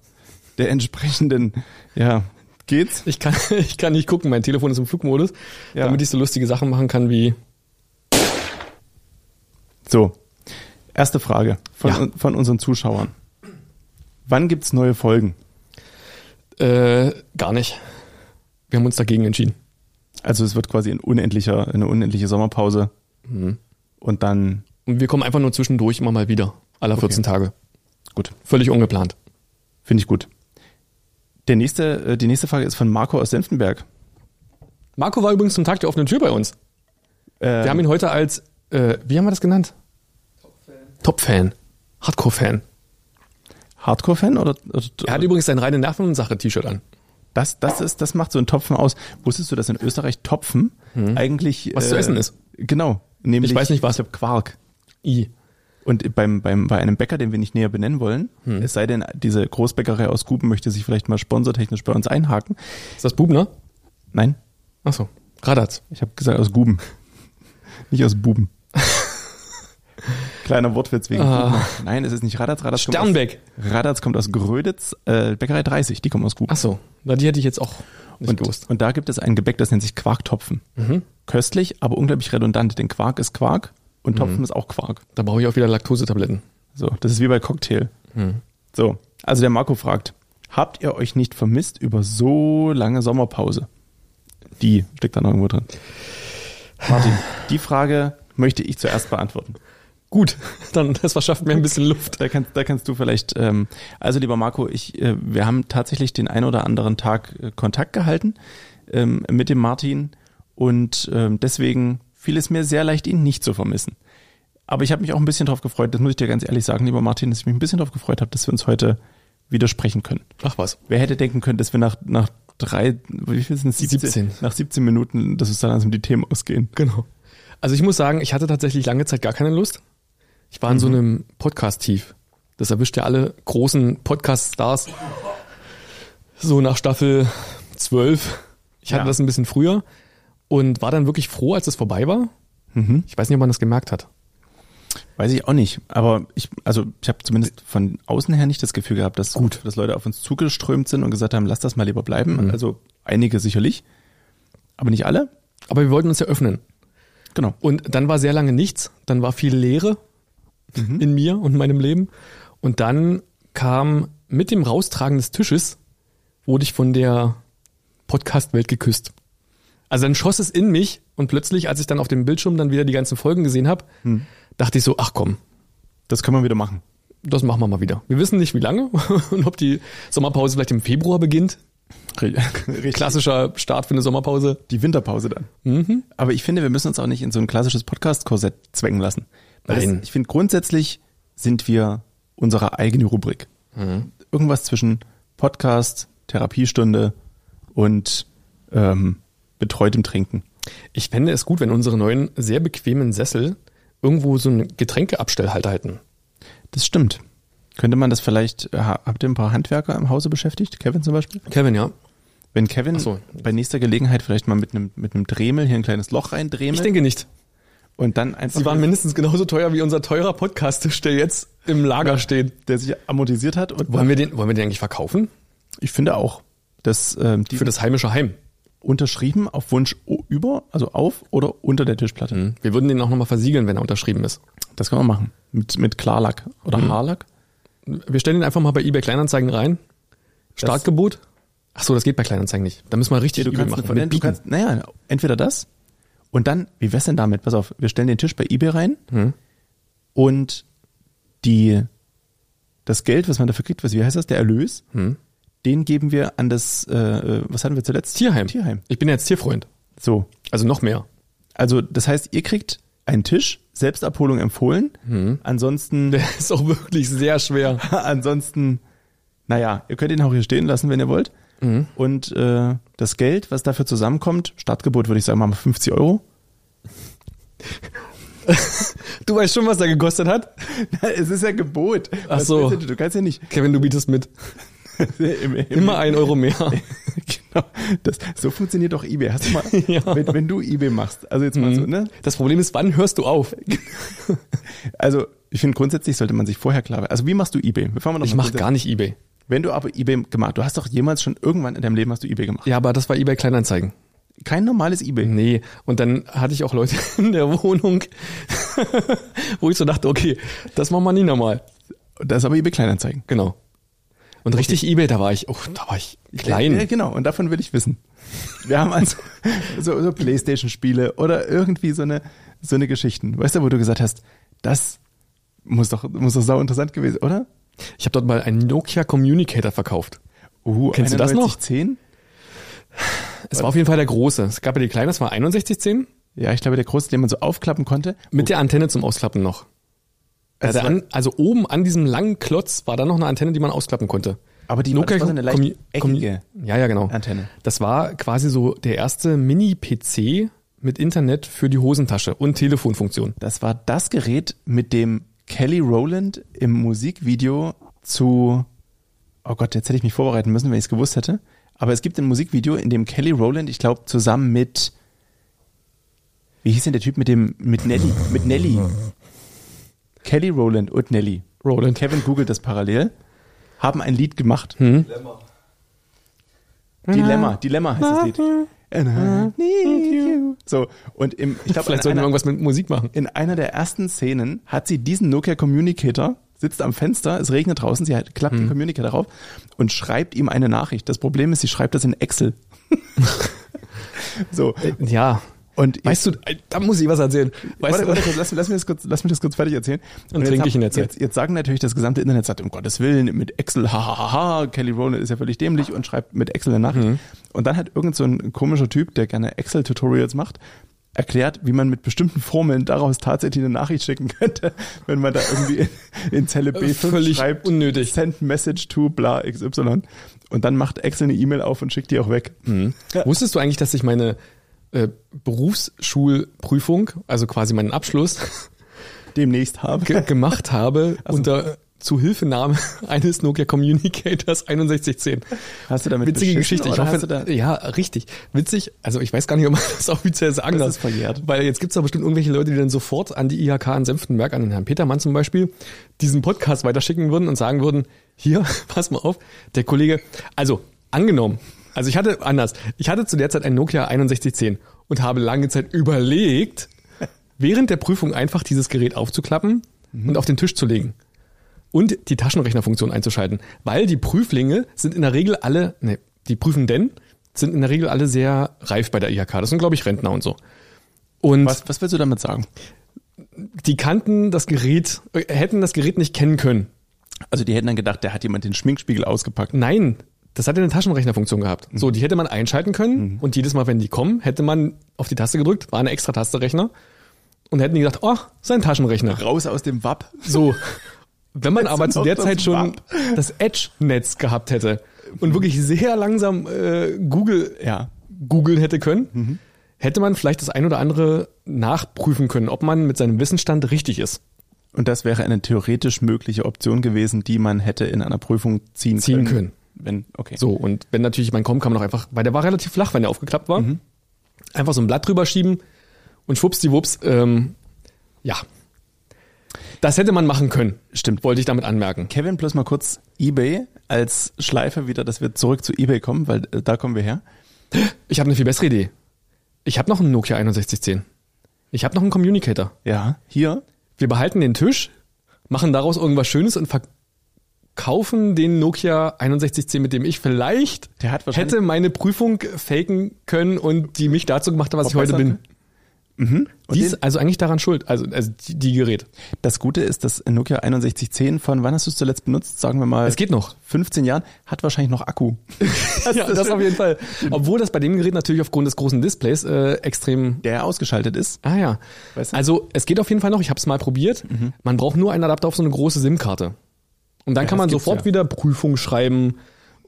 A: der entsprechenden, ja, geht's?
C: Ich kann, ich kann nicht gucken, mein Telefon ist im Flugmodus,
A: Ja.
C: damit ich so lustige Sachen machen kann wie
A: So, erste Frage von,
C: Ja.
A: von unseren Zuschauern. Wann gibt's neue Folgen?
C: äh, gar nicht. Wir haben uns dagegen entschieden.
A: Also es wird quasi ein unendlicher, eine unendliche Sommerpause.
C: Mhm.
A: Und dann,
C: Und wir kommen einfach nur zwischendurch immer mal wieder. Aller 14 Tage.
A: gut,
C: Völlig ungeplant.
A: finde ich gut. Der nächste, äh, die nächste Frage ist von Marco aus Senftenberg.
C: Marco war übrigens zum Tag der offenen Tür bei uns.
A: Äh,
C: Wir haben ihn heute als, äh, wie haben wir das genannt? Top-Fan. Hardcore-Fan.
A: Hardcore-Fan oder, oder
C: Er hat übrigens sein reine Nervensache-T-Shirt an.
A: das, das ist, das macht so einen Topfen aus. Wusstest du, dass in Österreich Topfen eigentlich
C: Mhm.
A: äh,
C: Was zu essen ist.
A: Genau, nämlich
C: Ich weiß nicht, was.
A: ich glaub, Quark.
C: I.
A: Und beim, beim, bei einem Bäcker, den wir nicht näher benennen wollen,
C: Hm.
A: es sei denn, diese Großbäckerei aus Guben möchte sich vielleicht mal sponsortechnisch bei uns einhaken.
C: Ist das ne? Bubner?
A: Nein,
C: Achso. Radatz.
A: ich habe gesagt aus Guben, nicht aus Buben. Kleiner Wortwitz wegen
C: Ah.
A: Guben. Nein, es ist nicht Radatz. Radatz
C: Sternbeck.
A: Kommt aus, Radatz kommt aus Gröditz, äh, Bäckerei 30, die kommen aus Guben.
C: Achso. Na, die hätte ich jetzt auch nicht
A: Und,
C: gewusst. Mhm.
A: und da gibt es ein Gebäck, das nennt sich Quarktopfen. Köstlich, aber unglaublich redundant, denn Quark ist Quark
C: Mhm.
A: und Topfen ist auch Quark.
C: Da brauche ich auch wieder Laktosetabletten.
A: So, das ist wie bei Cocktail. So, also der Marco fragt, habt ihr euch nicht vermisst über so lange Sommerpause? Die steckt da noch irgendwo drin. Martin, die Frage möchte ich zuerst beantworten.
C: Gut, dann das verschafft mir ein bisschen Luft.
A: Da kannst, da kannst du vielleicht, ähm, also lieber Marco, ich, äh, wir haben tatsächlich den ein oder anderen Tag äh, Kontakt gehalten ähm, mit dem Martin und ähm, deswegen fiel es mir sehr leicht, ihn nicht zu vermissen. Aber ich habe mich auch ein bisschen drauf gefreut, das muss ich dir ganz ehrlich sagen, lieber Martin, dass ich mich ein bisschen drauf gefreut habe, dass wir uns heute wieder sprechen können.
C: Ach was.
A: Wer hätte denken können, dass wir nach, nach drei, wie viel sind es? 17,
C: 17.
A: Nach 17 Minuten, dass uns dann langsam die Themen ausgehen.
C: Genau. Also ich muss sagen, ich hatte tatsächlich lange Zeit gar keine Lust. Ich war in so einem Podcast-Tief. Das erwischt ja alle großen Podcast-Stars so nach Staffel 12. Ich hatte
A: Ja.
C: das ein bisschen früher und war dann wirklich froh, als es vorbei war. Ich weiß nicht, ob man das gemerkt hat.
A: Weiß ich auch nicht, aber ich, also ich habe zumindest von außen her nicht das Gefühl gehabt, dass,
C: Gut. Mhm.
A: dass Leute auf uns zugeströmt sind und gesagt haben, lass das mal lieber bleiben. Also einige sicherlich, aber nicht alle.
C: Aber wir wollten uns ja öffnen.
A: Genau.
C: Und dann war sehr lange nichts, dann war viel Leere in mir und meinem Leben. Und dann kam mit dem Raustragen des Tisches, wurde ich von der Podcast-Welt geküsst. Also dann schoss es in mich und plötzlich, als ich dann auf dem Bildschirm dann wieder die ganzen Folgen gesehen habe, dachte ich so, ach komm,
A: Das können wir wieder machen.
C: das machen wir mal wieder. Wir wissen nicht, wie lange und ob die Sommerpause vielleicht im Februar beginnt. Klassischer Start für eine Sommerpause.
A: Die Winterpause dann.
C: Mhm.
A: Aber ich finde, wir müssen uns auch nicht in so ein klassisches Podcast-Korsett zwängen lassen. Weil
C: Nein.
A: Das, ich finde, grundsätzlich sind wir unsere eigene Rubrik.
C: Mhm.
A: Irgendwas zwischen Podcast, Therapiestunde und ähm, betreutem Trinken.
C: Ich fände es gut, wenn unsere neuen, sehr bequemen Sessel irgendwo so einen Getränkeabstellhalter hätten.
A: Das stimmt. Könnte man das vielleicht, äh, ha- habt ihr ein paar Handwerker im Hause beschäftigt? Kevin zum Beispiel?
C: Kevin, ja.
A: Wenn Kevin
C: so.
A: bei nächster Gelegenheit vielleicht mal mit einem, mit einem Dremel hier ein kleines Loch reindremelt
C: Ich denke nicht.
A: und dann einfach,
C: Sie waren mindestens genauso teuer wie unser teurer Podcast-Tisch, der jetzt im Lager steht.
A: der sich amortisiert hat und
C: Wollen wir den, wollen wir den eigentlich verkaufen?
A: ich finde auch, dass ähm, die
C: Für das heimische Heim.
A: unterschrieben auf Wunsch o- über, also auf oder unter der Tischplatte.
C: Wir würden den auch nochmal versiegeln, wenn er unterschrieben ist. Mhm.
A: Das kann man machen. Mit, mit Klarlack oder Haarlack.
C: Wir stellen ihn einfach mal bei eBay Kleinanzeigen rein. Startgebot. Ach so, das geht bei Kleinanzeigen nicht. Da müssen wir richtig
A: du
C: übel
A: kannst,
C: machen.
A: eine,
C: mit
A: du
C: Bieten.
A: kannst, naja, entweder das und dann, wie wär's denn damit? Pass auf, wir stellen den Tisch bei eBay rein
C: Hm.
A: und die, das Geld, was man dafür kriegt, was, wie heißt das, der Erlös,
C: Hm.
A: den geben wir an das, äh, was hatten wir zuletzt?
C: Tierheim.
A: Tierheim.
C: Ich bin jetzt Tierfreund.
A: So.
C: Also noch mehr.
A: Also, das heißt, ihr kriegt einen Tisch, Selbstabholung empfohlen.
C: Hm.
A: Ansonsten,
C: Der ist auch wirklich sehr schwer.
A: ansonsten, naja, ihr könnt ihn auch hier stehen lassen, wenn ihr wollt.
C: Hm.
A: Und äh, das Geld, was dafür zusammenkommt, Startgebot würde ich sagen, machen wir 50 Euro.
C: Du weißt schon, was er gekostet hat?
A: es ist ja Gebot.
C: Ach
A: Was
C: so.
A: willst Du, du kannst ja nicht.
C: Kevin, du bietest mit.
A: Im, im,
C: Immer ein Euro mehr.
A: genau. Das, so funktioniert doch eBay. Hast du mal,
C: Ja. Mhm.
A: wenn, wenn du eBay machst. Also jetzt mal so, ne?
C: Das Problem ist, wann hörst du auf?
A: Also ich finde grundsätzlich sollte man sich vorher klar werden. Also wie machst du eBay? Wir fangen mal
C: Ich mache gar nicht eBay.
A: Wenn du aber eBay gemacht, du hast doch jemals schon irgendwann in deinem Leben hast du eBay gemacht.
C: Ja, aber das war eBay Kleinanzeigen.
A: Kein normales eBay.
C: Nee, und dann hatte ich auch Leute in der Wohnung, wo ich so dachte, okay, das machen wir nie nochmal.
A: Das ist aber eBay Kleinanzeigen.
C: Genau. Und richtig eBay, da war ich, oh, da war ich
A: Ja,
C: klein.
A: genau. Und davon will ich wissen. Wir haben also so, so Playstation-Spiele oder irgendwie so eine, so eine Geschichten. Weißt du, wo du gesagt hast, das muss doch, muss doch sau interessant gewesen, oder?
C: Ich habe dort mal einen Nokia Communicator verkauft.
A: Uh,
C: Kennst du das noch?
A: 9110?
C: Es war auf jeden Fall der große. Es gab ja die kleine, das war 6110
A: Ja, ich glaube, der große, den man so aufklappen konnte.
C: mit der Antenne zum Ausklappen noch. Ja,
A: Also
C: der
A: war-
C: an, also oben an diesem langen Klotz war dann noch eine Antenne, die man ausklappen konnte.
A: Aber die- das war so eine leicht
C: Commu-
A: eckige
C: Commu- ja, ja, genau.
A: Antenne.
C: Das war quasi so der erste Mini-PC mit Internet für die Hosentasche und Telefonfunktion.
A: das war das Gerät, mit dem Kelly Rowland im Musikvideo zu, oh Gott, jetzt hätte ich mich vorbereiten müssen, wenn ich es gewusst hätte. Aber es gibt ein Musikvideo, in dem Kelly Rowland, ich glaube, zusammen mit, wie hieß denn der Typ mit dem, mit Nelly, mit Nelly. Kelly Rowland und Nelly.
C: Roland.
A: Kevin googelt das parallel, haben ein Lied gemacht.
C: Hm.
A: Dilemma. Dilemma, Dilemma heißt das Lied. And I need you. So, und im, ich glaube,
C: Vielleicht sollten wir irgendwas mit Musik machen.
A: in einer der ersten Szenen hat sie diesen Nokia Communicator, sitzt am Fenster, es regnet draußen, sie hat,
C: Mhm.
A: klappt den Communicator rauf und schreibt ihm eine Nachricht. Das Problem ist, sie schreibt das in Excel. so.
C: Ja.
A: Und
C: Weißt du, äh, da muss ich was erzählen. Weißt
A: warte,
C: du,
A: warte, kurz, lass, lass, mir das kurz, lass mir das kurz fertig erzählen. Und,
C: trinke
A: hab-
C: ich halt. in der Zeit.
A: Jetzt, jetzt sagen natürlich das gesamte Internet, sagt, um Gottes Willen, mit Excel, hahaha, Kelly Rowland ist ja völlig dämlich und schreibt mit Excel eine Nachricht.
C: Mhm.
A: Und dann hat irgend so ein komischer Typ, der gerne Excel-Tutorials macht, erklärt, wie man mit bestimmten Formeln daraus tatsächlich eine Nachricht schicken könnte, wenn man da irgendwie in, in Zelle B5
C: Völlig
A: schreibt,
C: unnötig.
A: send message to bla xy und dann macht Excel eine E-Mail auf und schickt die auch weg.
C: Mhm.
A: Ja.
C: Wusstest du eigentlich, dass ich meine äh, Berufsschulprüfung, also quasi meinen Abschluss,
A: Demnächst habe.
C: ge gemacht habe unter Zuhilfenahme eines Nokia Communicators 6110.
A: Hast du damit
C: Witzige
A: beschissen
C: Geschichte. Ich
A: oder
C: hoffe,
A: hast du da-
C: ja, richtig. Witzig. Also ich weiß gar nicht, ob man das offiziell sagen
A: Das
C: darf.
A: ist verjährt.
C: Weil jetzt gibt's da bestimmt irgendwelche Leute, die dann sofort an die IHK in Senftenberg, an den Herrn Petermann zum Beispiel, diesen Podcast weiterschicken würden und sagen würden, hier, pass mal auf, der Kollege, also angenommen, also ich hatte anders, ich hatte zu der Zeit ein Nokia 6110 und habe lange Zeit überlegt, während der Prüfung einfach dieses Gerät aufzuklappen
A: Mhm.
C: und auf den Tisch zu legen und die Taschenrechnerfunktion einzuschalten, weil die Prüflinge sind in der Regel alle, ne, die Prüfenden sind in der Regel alle sehr reif bei der IHK. Das sind, glaube ich, Rentner und so. Und
A: Was, was willst du damit sagen?
C: die kannten das Gerät, äh, hätten das Gerät nicht kennen können.
A: Also die hätten dann gedacht, der hat jemand den Schminkspiegel ausgepackt.
C: Nein, das hatte eine Taschenrechnerfunktion gehabt. So, die hätte man einschalten können und jedes Mal, wenn die kommen, hätte man auf die Taste gedrückt, war eine extra Tasterechner und hätten die gedacht, oh, sein Taschenrechner.
A: Raus aus dem WAP.
C: So. Wenn man aber zu
A: noch
C: der
A: das
C: Zeit schon
A: Wapp.
C: das Edge-Netz gehabt hätte und wirklich sehr langsam äh, Google
A: Ja.
C: googeln hätte können,
A: Mhm.
C: hätte man vielleicht das ein oder andere nachprüfen können, ob man mit seinem Wissensstand richtig ist.
A: Und das wäre eine theoretisch mögliche Option gewesen, die man hätte in einer Prüfung ziehen,
C: Ziehen können.
A: können. Wenn, okay.
C: So, und wenn natürlich man kommt, kann man auch einfach, weil der war relativ flach, wenn der aufgeklappt war,
A: Mhm.
C: einfach so ein Blatt drüber schieben und schwuppsdiwupps, ähm, ja. Das hätte man machen können.
A: Stimmt.
C: Wollte ich damit anmerken.
A: Kevin, plus mal kurz eBay als Schleife wieder, dass wir zurück zu eBay kommen, weil äh, da kommen wir her.
C: Ich habe eine viel bessere Idee. Ich habe noch einen Nokia 6110. Ich habe noch einen Communicator.
A: Ja. Hier.
C: Wir behalten den Tisch, machen daraus irgendwas Schönes und ver kaufen den Nokia 6110, mit dem ich vielleicht
A: Der hat wahrscheinlich-
C: hätte meine Prüfung faken können und die mich dazu gemacht hat, was ich heute bin.
A: Mhm. Und
C: Die
A: den,
C: ist also eigentlich daran schuld, also, also die, die Gerät.
A: das Gute ist, das Nokia 6110 von wann hast du es zuletzt benutzt? Sagen wir mal
C: Es geht noch.
A: 15 Jahren, hat wahrscheinlich noch Akku.
C: ja, das auf jeden Fall. Obwohl das bei dem Gerät natürlich aufgrund des großen Displays äh, extrem.
A: Der ausgeschaltet ist.
C: Ah ja.
A: Weißt du?
C: Also es geht auf jeden Fall noch. Ich habe es mal probiert. Man braucht nur einen Adapter auf so eine große SIM-Karte. Und dann kann man
A: das gibt's
C: sofort
A: ja.
C: wieder Prüfung schreiben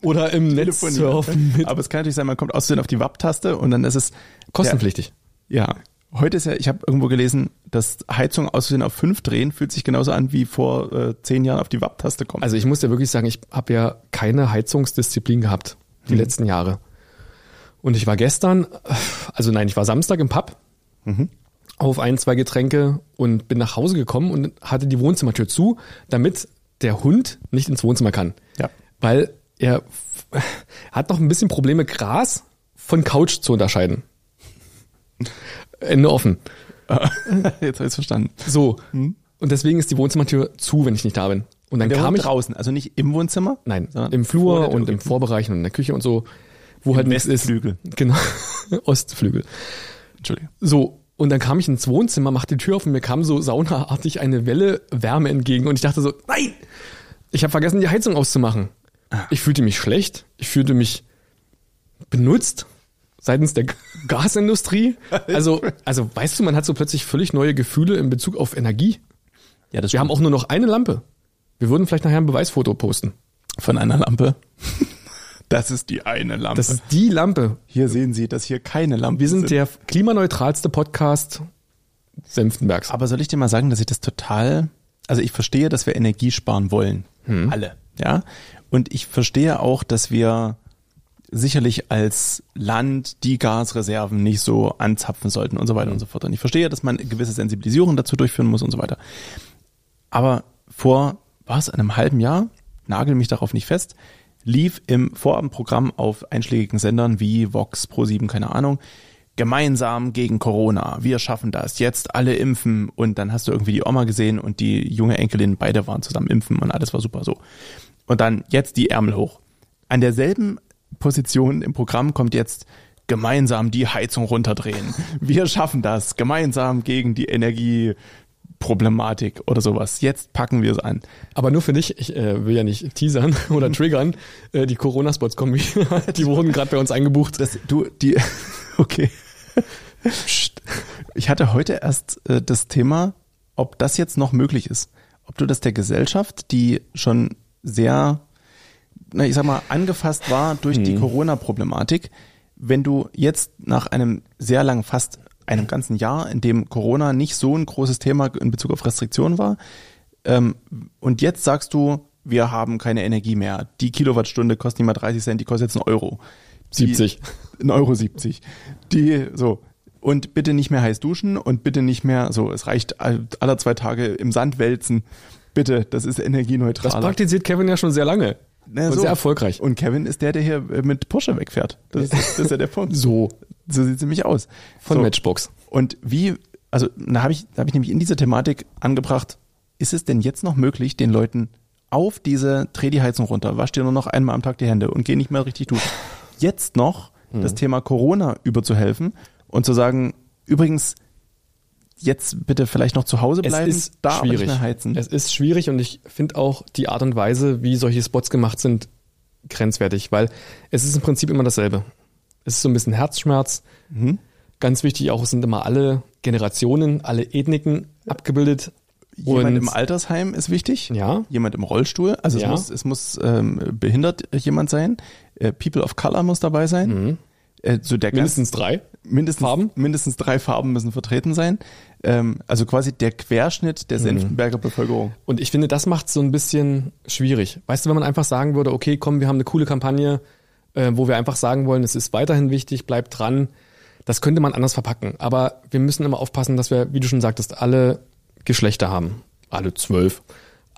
C: oder im Netz surfen. Mit
A: Aber es kann natürlich sein, man kommt aussehen auf die WAP-Taste und dann ist es
C: kostenpflichtig.
A: Ja. ja. Heute ist ja, ich habe irgendwo gelesen, dass Heizung aussehen auf 5 drehen fühlt sich genauso an wie vor äh, 10 Jahren auf die WAP-Taste kommen.
C: Also ich muss ja wirklich sagen, ich habe ja keine Heizungsdisziplin gehabt die
A: Mhm.
C: letzten Jahre. Und ich war gestern, also nein, ich war Samstag im Pub
A: Mhm.
C: auf ein, zwei Getränke und bin nach Hause gekommen und hatte die Wohnzimmertür zu, damit der Hund nicht ins Wohnzimmer kann.
A: Ja.
C: Weil er f- hat noch ein bisschen Probleme, Gras von Couch zu unterscheiden. Ende offen.
A: jetzt habe ich verstanden.
C: So. Und deswegen ist die Wohnzimmertür zu, wenn ich nicht da bin. Und dann
A: Mhm. Der
C: kam
A: Hund
C: ich
A: draußen, also nicht im Wohnzimmer?
C: Nein,
A: sondern
C: im
A: vor
C: Flur
A: der Tür.
C: und im Vorbereich und in der Küche und so, wo halt nichts ist.
A: Westflügel.
C: Genau, Ostflügel.
A: Entschuldigung.
C: So, und dann kam ich ins Wohnzimmer, machte die Tür auf und mir kam so saunaartig eine Welle Wärme entgegen und ich dachte so, nein, ich habe vergessen, die Heizung auszumachen.
A: Ah.
C: Ich fühlte mich schlecht, ich fühlte mich benutzt seitens der G- Gasindustrie. Also, also weißt du, man hat so plötzlich völlig neue Gefühle in Bezug auf Energie.
A: Ja, das
C: Wir haben auch nur noch eine Lampe. Wir würden vielleicht nachher ein Beweisfoto posten.
A: von einer Lampe. Das ist die eine Lampe.
C: Das ist die Lampe,
A: hier sehen Sie, dass hier keine Lampe
C: Wir sind der klimaneutralste Podcast Senftenbergs.
A: Aber soll ich dir mal sagen, dass ich das total, also ich verstehe, dass wir Energie sparen wollen. Alle. Ja. Und ich verstehe auch, dass wir sicherlich als Land die Gasreserven nicht so anzapfen sollten und so weiter und so fort. Und ich verstehe, dass man eine gewisse Sensibilisierung dazu durchführen muss und so weiter. Aber vor, was, einem halben Jahr, nagel mich darauf nicht fest, lief im Vorabendprogramm auf einschlägigen Sendern wie Vox, Pro7, keine Ahnung, gemeinsam gegen Corona. Wir schaffen das. Jetzt alle impfen. Und dann hast du irgendwie die Oma gesehen und die junge Enkelin, beide waren zusammen impfen und alles war super so. Und dann jetzt die Ärmel hoch. An derselben Position im Programm kommt jetzt gemeinsam die Heizung runterdrehen. Wir schaffen das. Gemeinsam gegen die Energie, Problematik oder sowas. Jetzt packen wir es an.
C: Aber nur für dich, ich äh, will ja nicht teasern oder
A: Mhm.
C: triggern, äh, die Corona-Spots kommen wieder. Die wurden gerade bei uns eingebucht.
A: Das, du, die, okay. Psst. Ich hatte heute erst äh, das Thema, ob das jetzt noch möglich ist. Ob du das der Gesellschaft, die schon sehr, na, ich sag mal, angefasst war durch die Corona-Problematik, wenn du jetzt nach einem sehr langen, fast einem ganzen Jahr, in dem Corona nicht so ein großes Thema in Bezug auf Restriktionen war, ähm, Und jetzt sagst du, wir haben keine Energie mehr. Die Kilowattstunde kostet nicht mal 30 Cent, die kostet jetzt einen Euro. Die-
C: 70.
A: Ein Euro 70. Die, so. Und bitte nicht mehr heiß duschen und bitte nicht mehr, so, es reicht all- aller zwei Tage im Sand wälzen. Bitte, das ist
C: Das
A: energieneutral.
C: praktiziert Kevin ja schon sehr lange.
A: Na,
C: und
A: so.
C: sehr erfolgreich.
A: Und Kevin ist der, der hier äh, mit Porsche wegfährt. Das, das ist ja der Punkt.
C: So.
A: So sieht's nämlich aus.
C: Von
A: so.
C: Matchbox.
A: Und wie, also da habe ich, da hab ich nämlich in dieser Thematik angebracht, ist es denn jetzt noch möglich, den Leuten auf diese Dreh die Heizung runter, wasch dir nur noch einmal am Tag die Hände und geh nicht mehr richtig duschen, jetzt noch
C: Hm.
A: das Thema Corona überzuhelfen und zu sagen, übrigens, jetzt bitte vielleicht noch zu Hause bleiben,
C: es ist
A: da aber nicht
C: schwierig.
A: mehr heizen.
C: Es ist schwierig und ich finde auch die Art und Weise, wie solche Spots gemacht sind, grenzwertig, weil es ist im Prinzip immer dasselbe. Es ist so ein bisschen Herzschmerz.
A: Mhm.
C: Ganz wichtig auch, es sind immer alle Generationen, alle Ethniken abgebildet.
A: Jemand
C: und
A: im Altersheim ist wichtig.
C: Ja.
A: Jemand im Rollstuhl. Also es
C: Ja.
A: muss, es muss ähm, behindert jemand sein. Äh, People of Color muss dabei sein. Äh, so der ganz-
C: Mhm. mindestens drei.
A: mindestens,
C: Farben?
A: mindestens drei Farben müssen vertreten sein. Ähm, also quasi der Querschnitt
C: Mhm.
A: der Senftenberger Bevölkerung.
C: Und ich finde, das macht es so ein bisschen schwierig. Weißt du, wenn man einfach sagen würde, okay, komm, wir haben eine coole Kampagne, äh, wo wir einfach sagen wollen, es ist weiterhin wichtig, bleibt dran. Das könnte man anders verpacken. Aber wir müssen immer aufpassen, dass wir, wie du schon sagtest, alle Geschlechter haben. Alle zwölf.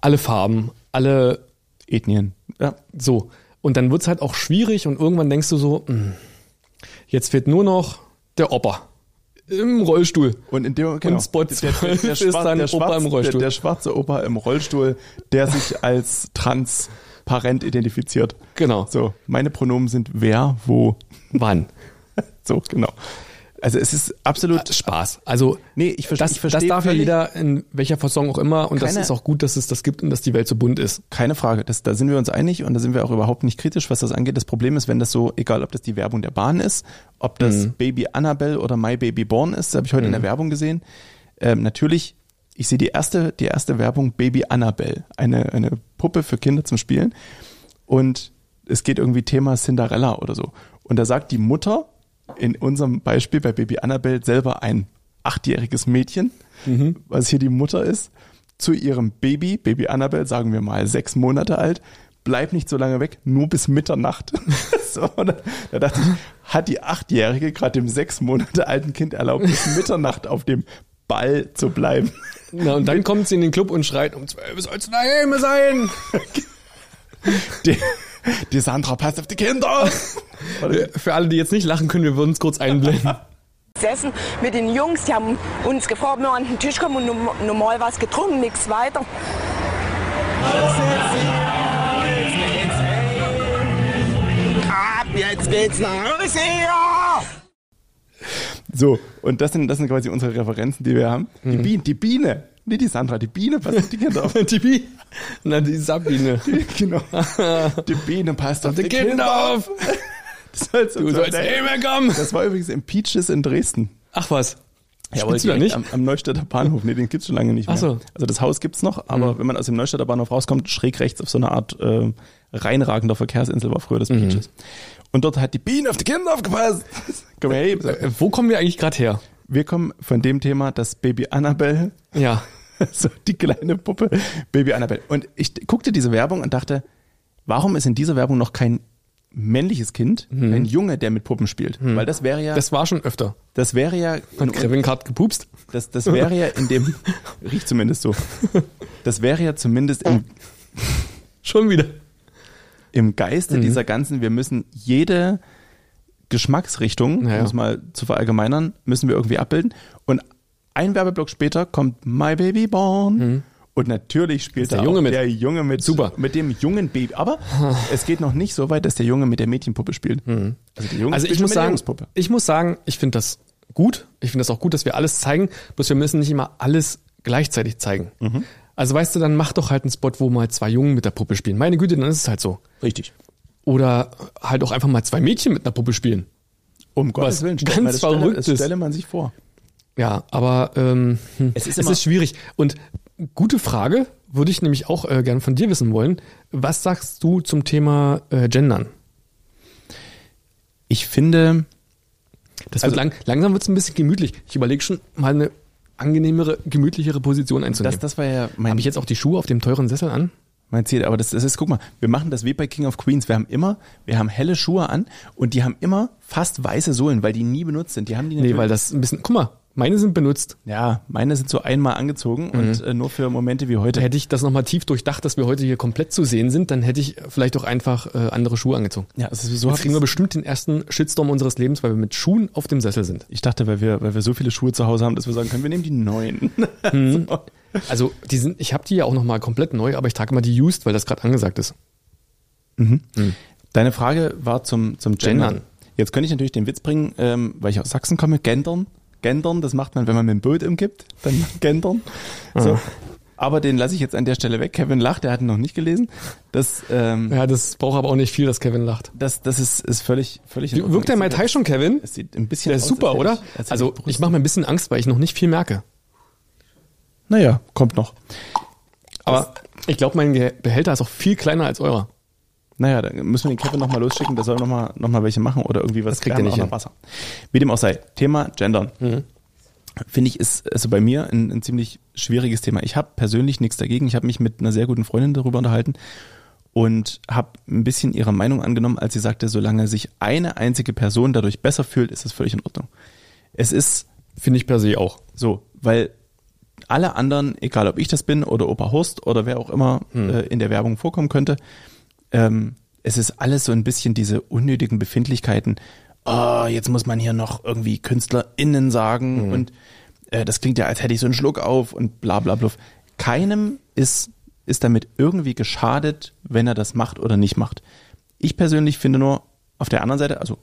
C: Alle Farben. Alle
A: Ethnien. Ja.
C: so. Und dann wird's halt auch schwierig und irgendwann denkst du so, "Hm, jetzt fehlt nur noch der Opa. im Rollstuhl.
A: Und in dem genau,
C: Spot
A: der, der, der,
C: 12
A: schwarze,
C: ist dann
A: der,
C: Opa im
A: schwarze,
C: Rollstuhl.
A: der, der schwarze Opa im Rollstuhl, der sich als transparent identifiziert.
C: Genau.
A: So, meine Pronomen sind wer, wo.
C: Wann?
A: So, genau. Also es ist absolut.
C: Spaß. Also
A: Nee, ich verste-
C: das,
A: ich verstehe
C: das darf ja
A: völlig-
C: jeder in welcher Fassung auch immer und das
A: Keine-
C: ist auch gut, dass es das gibt und dass die Welt so bunt ist.
A: Keine Frage, das, da sind wir uns einig und da sind wir auch überhaupt nicht kritisch, was das angeht. Das Problem ist, wenn das so, egal ob das die Werbung der Bahn ist, ob
C: Mhm.
A: das Baby Annabelle oder My Baby Born ist, das habe ich heute in der Werbung gesehen. Ähm, natürlich, ich sehe die erste, die erste Werbung Baby Annabelle, eine, eine Puppe für Kinder zum Spielen und es geht irgendwie Thema Cinderella oder so. Und da sagt die Mutter in unserem Beispiel bei Baby Annabelle selber ein achtjähriges Mädchen, was hier die Mutter ist, zu ihrem Baby, Baby Annabelle, sagen wir mal sechs Monate alt, bleib nicht so lange weg, nur bis Mitternacht. so, und da, da dachte ich, hat die Achtjährige gerade dem sechs Monate alten Kind erlaubt, bis Mitternacht auf dem Ball zu bleiben?
C: Na, und dann kommt sie in den Club und schreit, um zwölf sollst du daheim sein.
A: Die, die Sandra passt auf die Kinder!
C: Äh, Für alle, die jetzt nicht lachen können, wir würden es kurz einblenden.
D: gesessen mit den Jungs. Die haben uns gefragt, ob wir an den Tisch kommen und nom- normal was getrunken, nichts weiter.
E: Ab jetzt geht's nach Hause! Ja!
A: So, und das sind, das sind quasi unsere Referenzen, die wir haben. Die Biene, die Biene, nicht die Sandra, die Biene passt auf die Kinder auf.
C: Die Bi Na, die Sabine.
A: genau. Die Biene passt auf Also, die,
C: Die
A: Kinder,
C: Kinder Also, auf!
A: Das sollst
C: Du sollst
A: das,
C: nicht mehr kommen!
A: war übrigens im Peaches in Dresden.
C: Ach was.
A: Jawohl,
C: Spielst du da nicht?
A: Am, am Neustädter Bahnhof. Nee, den gibt's schon lange nicht mehr.
C: Ach so.
A: Also das Haus gibt's noch, aber wenn man aus dem Neustädter Bahnhof rauskommt, schräg rechts auf so eine Art äh, reinragender Verkehrsinsel war früher das Peaches. Und dort hat die Biene auf die Kinder aufgepasst. Komm her, hey,
C: Äh, Wo kommen wir eigentlich gerade her?
A: wir kommen von dem Thema, dass Baby Annabelle
C: Ja.
A: so die kleine Puppe, Baby Annabelle. Und ich guckte diese Werbung und dachte, warum ist in dieser Werbung noch kein männliches Kind, ein Junge, der mit Puppen spielt? Weil das wäre ja, das,
C: Das war schon öfter.
A: wäre ja,
C: Hat Kevin gerade gepupst?
A: das, das wäre ja in dem, riecht zumindest so, das wäre ja zumindest im,
C: Schon wieder.
A: im
C: Mhm.
A: Geiste dieser ganzen, wir müssen jede Geschmacksrichtung,
C: Ja, ja.
A: um es mal zu verallgemeinern, müssen wir irgendwie abbilden. Und ein Werbeblock später kommt My Baby Born. Und natürlich spielt
C: Mhm. der
A: da
C: Junge
A: auch
C: mit.
A: der Junge mit,
C: Super.
A: mit dem jungen Baby. Aber es geht noch nicht so weit, dass der Junge mit der Mädchenpuppe spielt. Also, der Junge
C: Also
A: spielt
C: ich
A: schon mit
C: muss
A: der
C: sagen,
A: Jungspuppe.
C: ich muss sagen, ich finde das gut. Ich finde das auch gut, dass wir alles zeigen. Bloß wir müssen nicht immer alles gleichzeitig zeigen.
A: Mhm.
C: Also weißt du, dann mach doch halt einen Spot, wo mal zwei Jungen mit der Puppe spielen. Meine Güte, dann ist es halt so.
A: Richtig.
C: Oder halt auch einfach mal zwei Mädchen mit einer Puppe spielen.
A: Um Gottes Willen, stell
C: ganz
A: mal, das stelle, das
C: Verrücktes.
A: stelle man sich vor.
C: Ja, aber ähm, hm,
A: Es
C: es,
A: ist
C: ist
A: immer-
C: schwierig. Und gute Frage würde ich nämlich auch äh, gern von dir wissen wollen. Was sagst du zum Thema äh, Gendern?
A: Ich finde,
C: Das
A: Also-
C: wird lang, langsam wird es ein bisschen gemütlich. Ich überlege schon mal eine angenehmere, gemütlichere Position einzunehmen.
A: das, das war ja mein
C: Habe ich jetzt auch die Schuhe auf dem teuren Sessel an?
A: Mein Ziel, aber das, das ist, guck mal, wir machen das wie bei King of Queens. Wir haben immer, wir haben helle Schuhe an und die haben immer fast weiße Sohlen, weil die nie benutzt sind. Die haben die
C: Nee, weil das ein bisschen. Guck mal, meine sind benutzt.
A: ja, meine sind so einmal angezogen und äh, nur für Momente wie heute.
C: Hätte ich das nochmal tief durchdacht, dass wir heute hier komplett zu sehen sind, dann hätte ich vielleicht auch einfach äh, andere Schuhe angezogen.
A: Ja, es ist so
C: Jetzt kriegen wir bestimmt den ersten Shitstorm unseres Lebens, weil wir mit Schuhen auf dem Sessel sind.
A: ich dachte, weil wir, weil wir so viele Schuhe zu Hause haben, dass wir sagen können, wir nehmen die neuen. so.
C: Also die sind, ich habe die ja auch nochmal komplett neu, aber ich trage immer die used, weil das gerade angesagt ist.
A: Deine Frage war zum, zum Gendern.
C: Gendern.
A: Jetzt könnte ich natürlich den Witz bringen, ähm, weil ich aus Sachsen komme, Gendern. Gendern, das macht man, wenn man mit dem Boot umgibt, dann Gendern.
C: Ah.
A: So. Aber den lasse ich jetzt an der Stelle weg. Kevin lacht, der hat ihn noch nicht gelesen. Das, ähm,
C: Ja, das braucht aber auch nicht viel, dass Kevin lacht.
A: Das, das ist, ist völlig, völlig. in Ordnung.
C: Wirkt der Mai Tai schon, Kevin?
A: Es sieht ein bisschen
C: Der ist
A: aus,
C: super,
A: als hätte
C: oder?
A: ich- als hätte
C: Also
A: ich-
C: ich mache mir ein bisschen Angst, weil ich noch nicht viel merke.
A: Naja, kommt noch.
C: Aber ich glaube, mein Ge- Behälter ist auch viel kleiner als eurer.
A: Naja, dann müssen wir den Kevin nochmal losschicken, der soll nochmal noch mal welche machen oder irgendwie was
C: Das kriegt er
A: lernen,
C: nicht
A: auch noch
C: hin. Mhm.
A: Wasser. Wie dem auch sei, Thema Gendern. Finde ich, ist also bei mir ein, ein ziemlich schwieriges Thema. Ich habe persönlich nichts dagegen. Ich habe mich mit einer sehr guten Freundin darüber unterhalten und habe ein bisschen ihre Meinung angenommen, als sie sagte, solange sich eine einzige Person dadurch besser fühlt, ist es völlig in Ordnung. Es ist
C: Finde ich per se auch.
A: So, weil alle anderen, egal ob ich das bin oder Opa Horst oder wer auch immer äh, in der Werbung vorkommen könnte, ähm, es ist alles so ein bisschen diese unnötigen Befindlichkeiten. oh, jetzt muss man hier noch irgendwie KünstlerInnen sagen und äh, das klingt ja, als hätte ich so einen Schluck auf und bla bla bluff. Keinem ist, ist damit irgendwie geschadet, wenn er das macht oder nicht macht. Ich persönlich finde nur auf der anderen Seite, also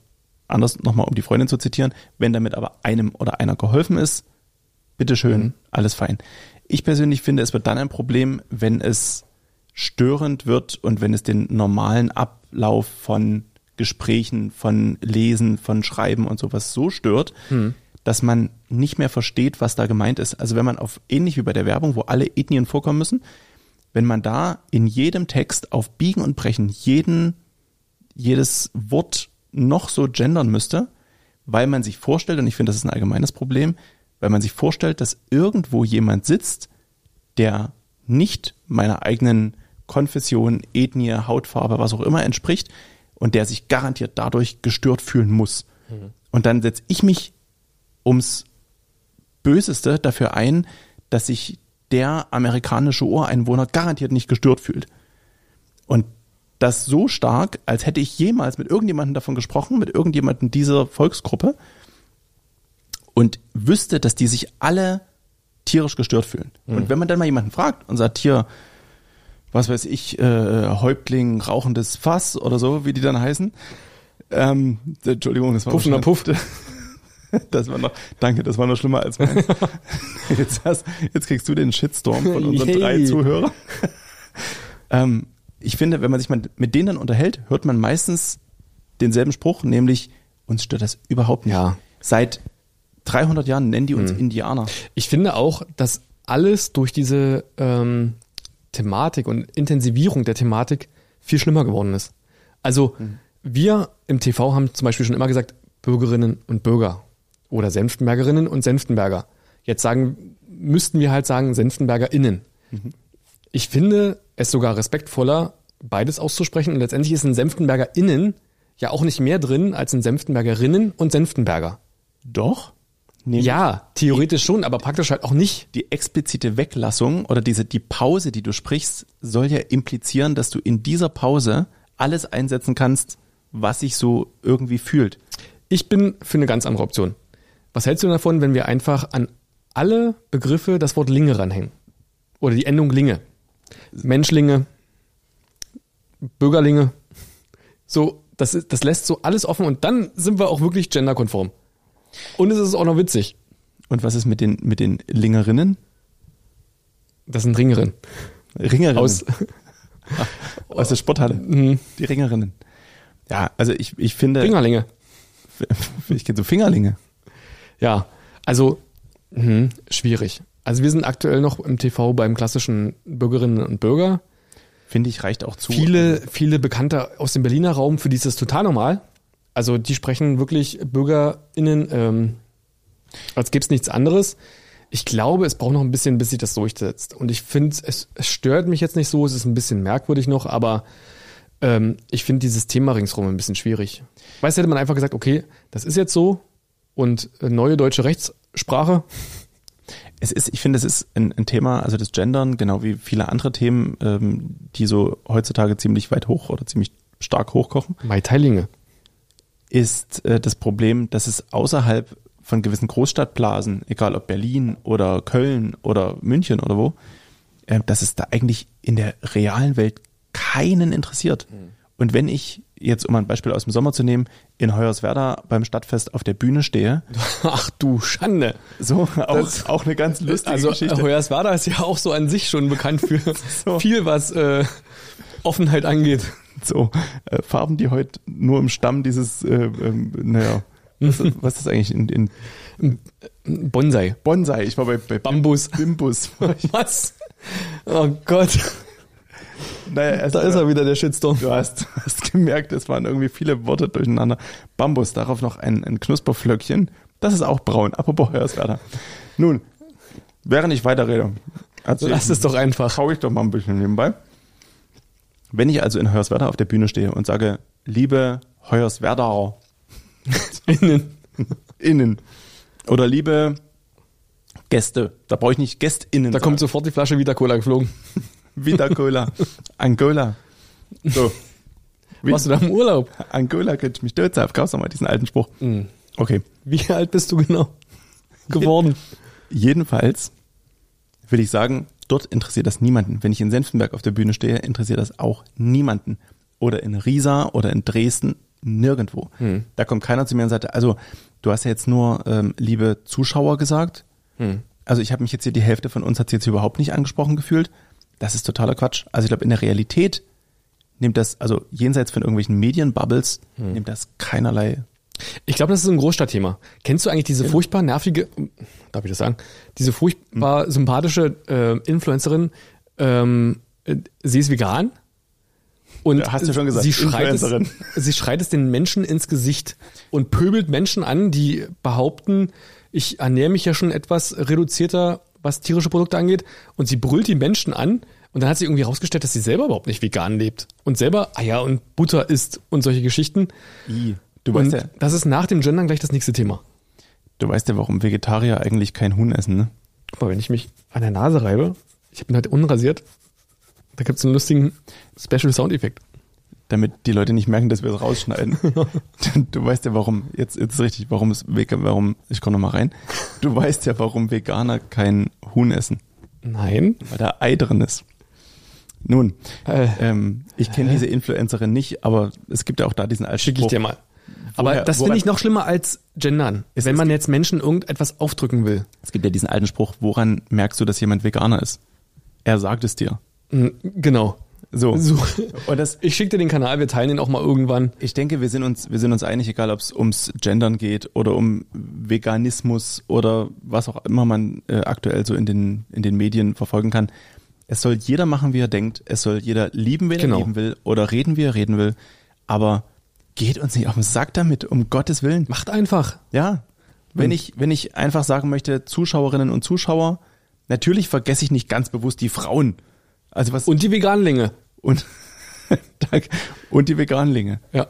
A: anders nochmal, um die Freundin zu zitieren, wenn damit aber einem oder einer geholfen ist, bitteschön, alles fein. Ich persönlich finde, es wird dann ein Problem, wenn es störend wird und wenn es den normalen Ablauf von Gesprächen, von Lesen, von Schreiben und sowas so stört, dass man nicht mehr versteht, was da gemeint ist. Also wenn man auf ähnlich wie bei der Werbung, wo alle Ethnien vorkommen müssen, wenn man da in jedem Text auf Biegen und Brechen jeden jedes Wort noch so gendern müsste, weil man sich vorstellt, und ich finde, das ist ein allgemeines Problem, weil man sich vorstellt, dass irgendwo jemand sitzt, der nicht meiner eigenen Konfession, Ethnie, Hautfarbe, was auch immer entspricht und der sich garantiert dadurch gestört fühlen muss. Und dann setze ich mich ums Böseste dafür ein, dass sich der amerikanische Ureinwohner garantiert nicht gestört fühlt. Und das so stark, als hätte ich jemals mit irgendjemandem davon gesprochen, mit irgendjemandem dieser Volksgruppe und wüsste, dass die sich alle tierisch gestört fühlen. Und wenn man dann mal jemanden fragt und sagt, hier, was weiß ich, äh, Häuptling, rauchendes Fass oder so, wie die dann heißen. Ähm, Entschuldigung, das war
C: Puffender
A: noch
C: Puff.
A: das war noch, danke, das war noch schlimmer als meins. jetzt, hast, jetzt kriegst du den Shitstorm von unseren
C: Yay.
A: drei Zuhörern. ähm, ich finde, wenn man sich mal mit denen dann unterhält, hört man meistens denselben Spruch, nämlich uns stört das überhaupt nicht.
C: Ja. Hm.
A: Seit 300 Jahren nennen die uns Indianer.
C: Ich finde auch, dass alles durch diese ähm, Thematik und Intensivierung der Thematik viel schlimmer geworden ist. Also wir im TV haben zum Beispiel schon immer gesagt Bürgerinnen und Bürger oder Senftenbergerinnen und Senftenberger. Jetzt sagen müssten wir halt sagen Senftenbergerinnen. Ich finde es sogar respektvoller, beides auszusprechen und letztendlich ist ein Senftenbergerinnen ja auch nicht mehr drin als ein Senftenbergerinnen und Senftenberger.
A: Doch? Nämlich
C: Ja, theoretisch schon, aber praktisch halt auch nicht.
A: die explizite Weglassung oder diese die Pause, die du sprichst, soll ja implizieren, dass du in dieser Pause alles einsetzen kannst, was sich so irgendwie fühlt.
C: Ich bin für eine ganz andere Option. Was hältst du davon, wenn wir einfach an alle Begriffe das Wort Linge ranhängen? Oder die Endung Linge. Menschlinge, Bürgerlinge. So, das, ist, das lässt so alles offen und dann sind wir auch wirklich genderkonform. Und es ist auch noch witzig.
A: Und was ist mit den mit den Lingerinnen?
C: Das sind Ringerinnen.
A: Ringerinnen
C: Aus, Mhm.
A: aus der Sporthalle. Die Ringerinnen. Ja, also ich, ich finde
C: Ringerlinge.
A: ich kenne so Fingerlinge.
C: Ja, also mhm, schwierig. Also wir sind aktuell noch im TV beim klassischen Bürgerinnen und Bürger.
A: Finde ich reicht auch zu.
C: viele, viele Bekannte aus dem Berliner Raum, für die ist das total normal. Also die sprechen wirklich BürgerInnen, ähm, als gäbe es nichts anderes. Ich glaube, es braucht noch ein bisschen, bis sich das durchsetzt. Und ich finde, es, es stört mich jetzt nicht so, es ist ein bisschen merkwürdig noch, aber ähm, ich finde dieses Thema ringsrum ein bisschen schwierig. Weißt du, hätte man einfach gesagt, okay, das ist jetzt so und äh, neue deutsche Rechtssprache.
A: Es ist, ich finde, es ist ein, ein Thema, also das Gendern, genau wie viele andere Themen, ähm, die so heutzutage ziemlich weit hoch oder ziemlich stark hochkochen.
C: Mai Teilinge.
A: ist äh, das Problem, dass es außerhalb von gewissen Großstadtblasen, egal ob Berlin oder Köln oder München oder wo, äh, dass es da eigentlich in der realen Welt keinen interessiert.
C: Mhm.
A: Und wenn ich jetzt, um ein Beispiel aus dem Sommer zu nehmen, in Hoyerswerda beim Stadtfest auf der Bühne stehe,
C: Ach du Schande.
A: so auch,
C: Das-
A: auch eine ganz Äh, lustige
C: also,
A: Geschichte.
C: Hoyerswerda ist ja auch so an sich schon bekannt für
A: So.
C: viel, was äh, Offenheit angeht.
A: so äh, Farben, die heute nur im Stamm dieses, äh, ähm, naja, was, ist- was ist das eigentlich in, in
C: Bonsai.
A: Bonsai? Ich war bei, bei
C: Bambus.
A: Bimbus. War ich.
C: Was? Oh Gott,
A: Naja, es-
C: da ist er wieder, der Shitstorm.
A: Du hast, hast gemerkt, es waren irgendwie viele Worte durcheinander. Bambus, darauf noch ein, ein Knusperflöckchen. Das ist auch braun. Apropos Hoyerswerda. Nun, während ich weiterrede, erzähl-
C: Lass es doch einfach.
A: schau ich doch mal ein bisschen nebenbei. Wenn ich also in Hoyerswerda auf der Bühne stehe und sage, liebe Hoyerswerdaer
C: Innen.
A: innen oder liebe Gäste, da brauche ich nicht GästInnen.
C: Da
A: sagen.
C: kommt sofort die Flasche Vita Cola geflogen.
A: Vita Cola, Angola. So,
C: Warst du da im Urlaub?
A: Angola könnte mich stolz haben. Gab's nochmal diesen alten Spruch. Okay.
C: Wie alt bist du genau geworden?
A: Jedenfalls will ich sagen, dort interessiert das niemanden. Wenn ich in Senftenberg auf der Bühne stehe, interessiert das auch niemanden. Oder in Riesa oder in Dresden, nirgendwo. Da kommt keiner zu mir und sagt, also du hast ja jetzt nur ähm, liebe Zuschauer gesagt. Also ich habe mich jetzt hier, die Hälfte von uns hat sich jetzt überhaupt nicht angesprochen gefühlt. Das ist totaler Quatsch. Also ich glaube, in der Realität nimmt das, also jenseits von irgendwelchen Medienbubbles, nimmt das keinerlei
C: Ich glaube, das ist ein Großstadtthema. Kennst du eigentlich diese furchtbar nervige, darf ich das sagen, diese
A: Hm.
C: furchtbar sympathische äh, Influencerin, ähm, äh, sie ist vegan und
A: Ja, hast du schon gesagt,
C: sie, schreit es,
A: Influencerin.
C: sie schreit es den Menschen ins Gesicht und pöbelt Menschen an, die behaupten, ich ernähre mich ja schon etwas reduzierter, was tierische Produkte angeht und sie brüllt die Menschen an und dann hat sie irgendwie herausgestellt, dass sie selber überhaupt nicht vegan lebt und selber Eier und Butter isst und solche Geschichten.
A: I. Du weißt,
C: Und
A: ja,
C: das ist nach dem Gendern gleich das nächste Thema.
A: du weißt ja, warum Vegetarier eigentlich kein Huhn essen, ne?
C: Guck mal, wenn ich mich an der Nase reibe, ich habe ihn halt unrasiert, da gibt es einen lustigen Special Soundeffekt.
A: damit die Leute nicht merken, dass wir es rausschneiden. du weißt ja, warum, jetzt, jetzt ist richtig, warum es Vega- warum, ich komme nochmal rein. Du weißt ja, warum Veganer kein Huhn essen,
C: Nein.
A: weil da Ei drin ist. Nun,
C: Äh.
A: ähm, ich kenne diese Influencerin nicht, aber es gibt ja auch da diesen alten
C: Schicke ich
A: Spruch.
C: dir mal. Aber
A: Woher-
C: das finde
A: woran-
C: ich noch schlimmer als Gendern,
A: Es-
C: wenn
A: es
C: man jetzt Menschen irgendetwas aufdrücken will.
A: Es gibt ja diesen alten Spruch, woran merkst du, dass jemand Veganer ist? Er sagt es dir.
C: Mhm, Genau.
A: So.
C: So.
A: Und das,
C: Ich schicke dir den Kanal, wir teilen ihn auch mal irgendwann.
A: Ich denke, wir sind uns, wir sind uns einig, egal ob es ums Gendern geht oder um Veganismus oder was auch immer man äh, aktuell so in den, in den Medien verfolgen kann. Es soll jeder machen, wie er denkt. Es soll jeder lieben, wie er
C: Genau.
A: lieben will oder reden, wie er reden will. Aber geht uns nicht auf den Sack damit, um Gottes Willen.
C: Macht einfach.
A: Ja. Wenn
C: Hm.
A: ich, wenn ich einfach sagen möchte, Zuschauerinnen und Zuschauer, natürlich vergesse ich nicht ganz bewusst die Frauen. Also was,
C: Und die Veganlinge.
A: und, Danke. und die Veganlinge.
C: Ja.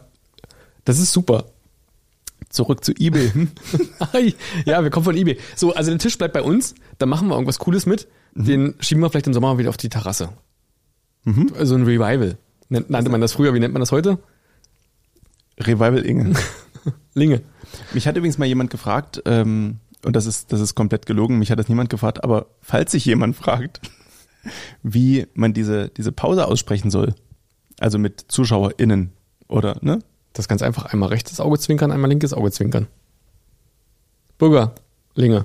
C: Das ist super.
A: Zurück zu eBay.
C: Ei, ja, wir kommen von eBay. So, also der Tisch bleibt bei uns, dann machen wir irgendwas Cooles mit. Den schieben wir vielleicht im Sommer wieder auf die Terrasse. Also ein Revival. Nennt, nannte man das früher, wie nennt man das heute?
A: Revival Inge.
C: Linge.
A: Mich hat übrigens mal jemand gefragt, ähm, und das ist, das ist komplett gelogen, mich hat das niemand gefragt, aber falls sich jemand fragt, wie man diese, diese Pause aussprechen soll, also mit ZuschauerInnen oder, ne?
C: Das ist ganz einfach. Einmal rechtes Auge zwinkern, einmal linkes Auge zwinkern. Bürger. Linge.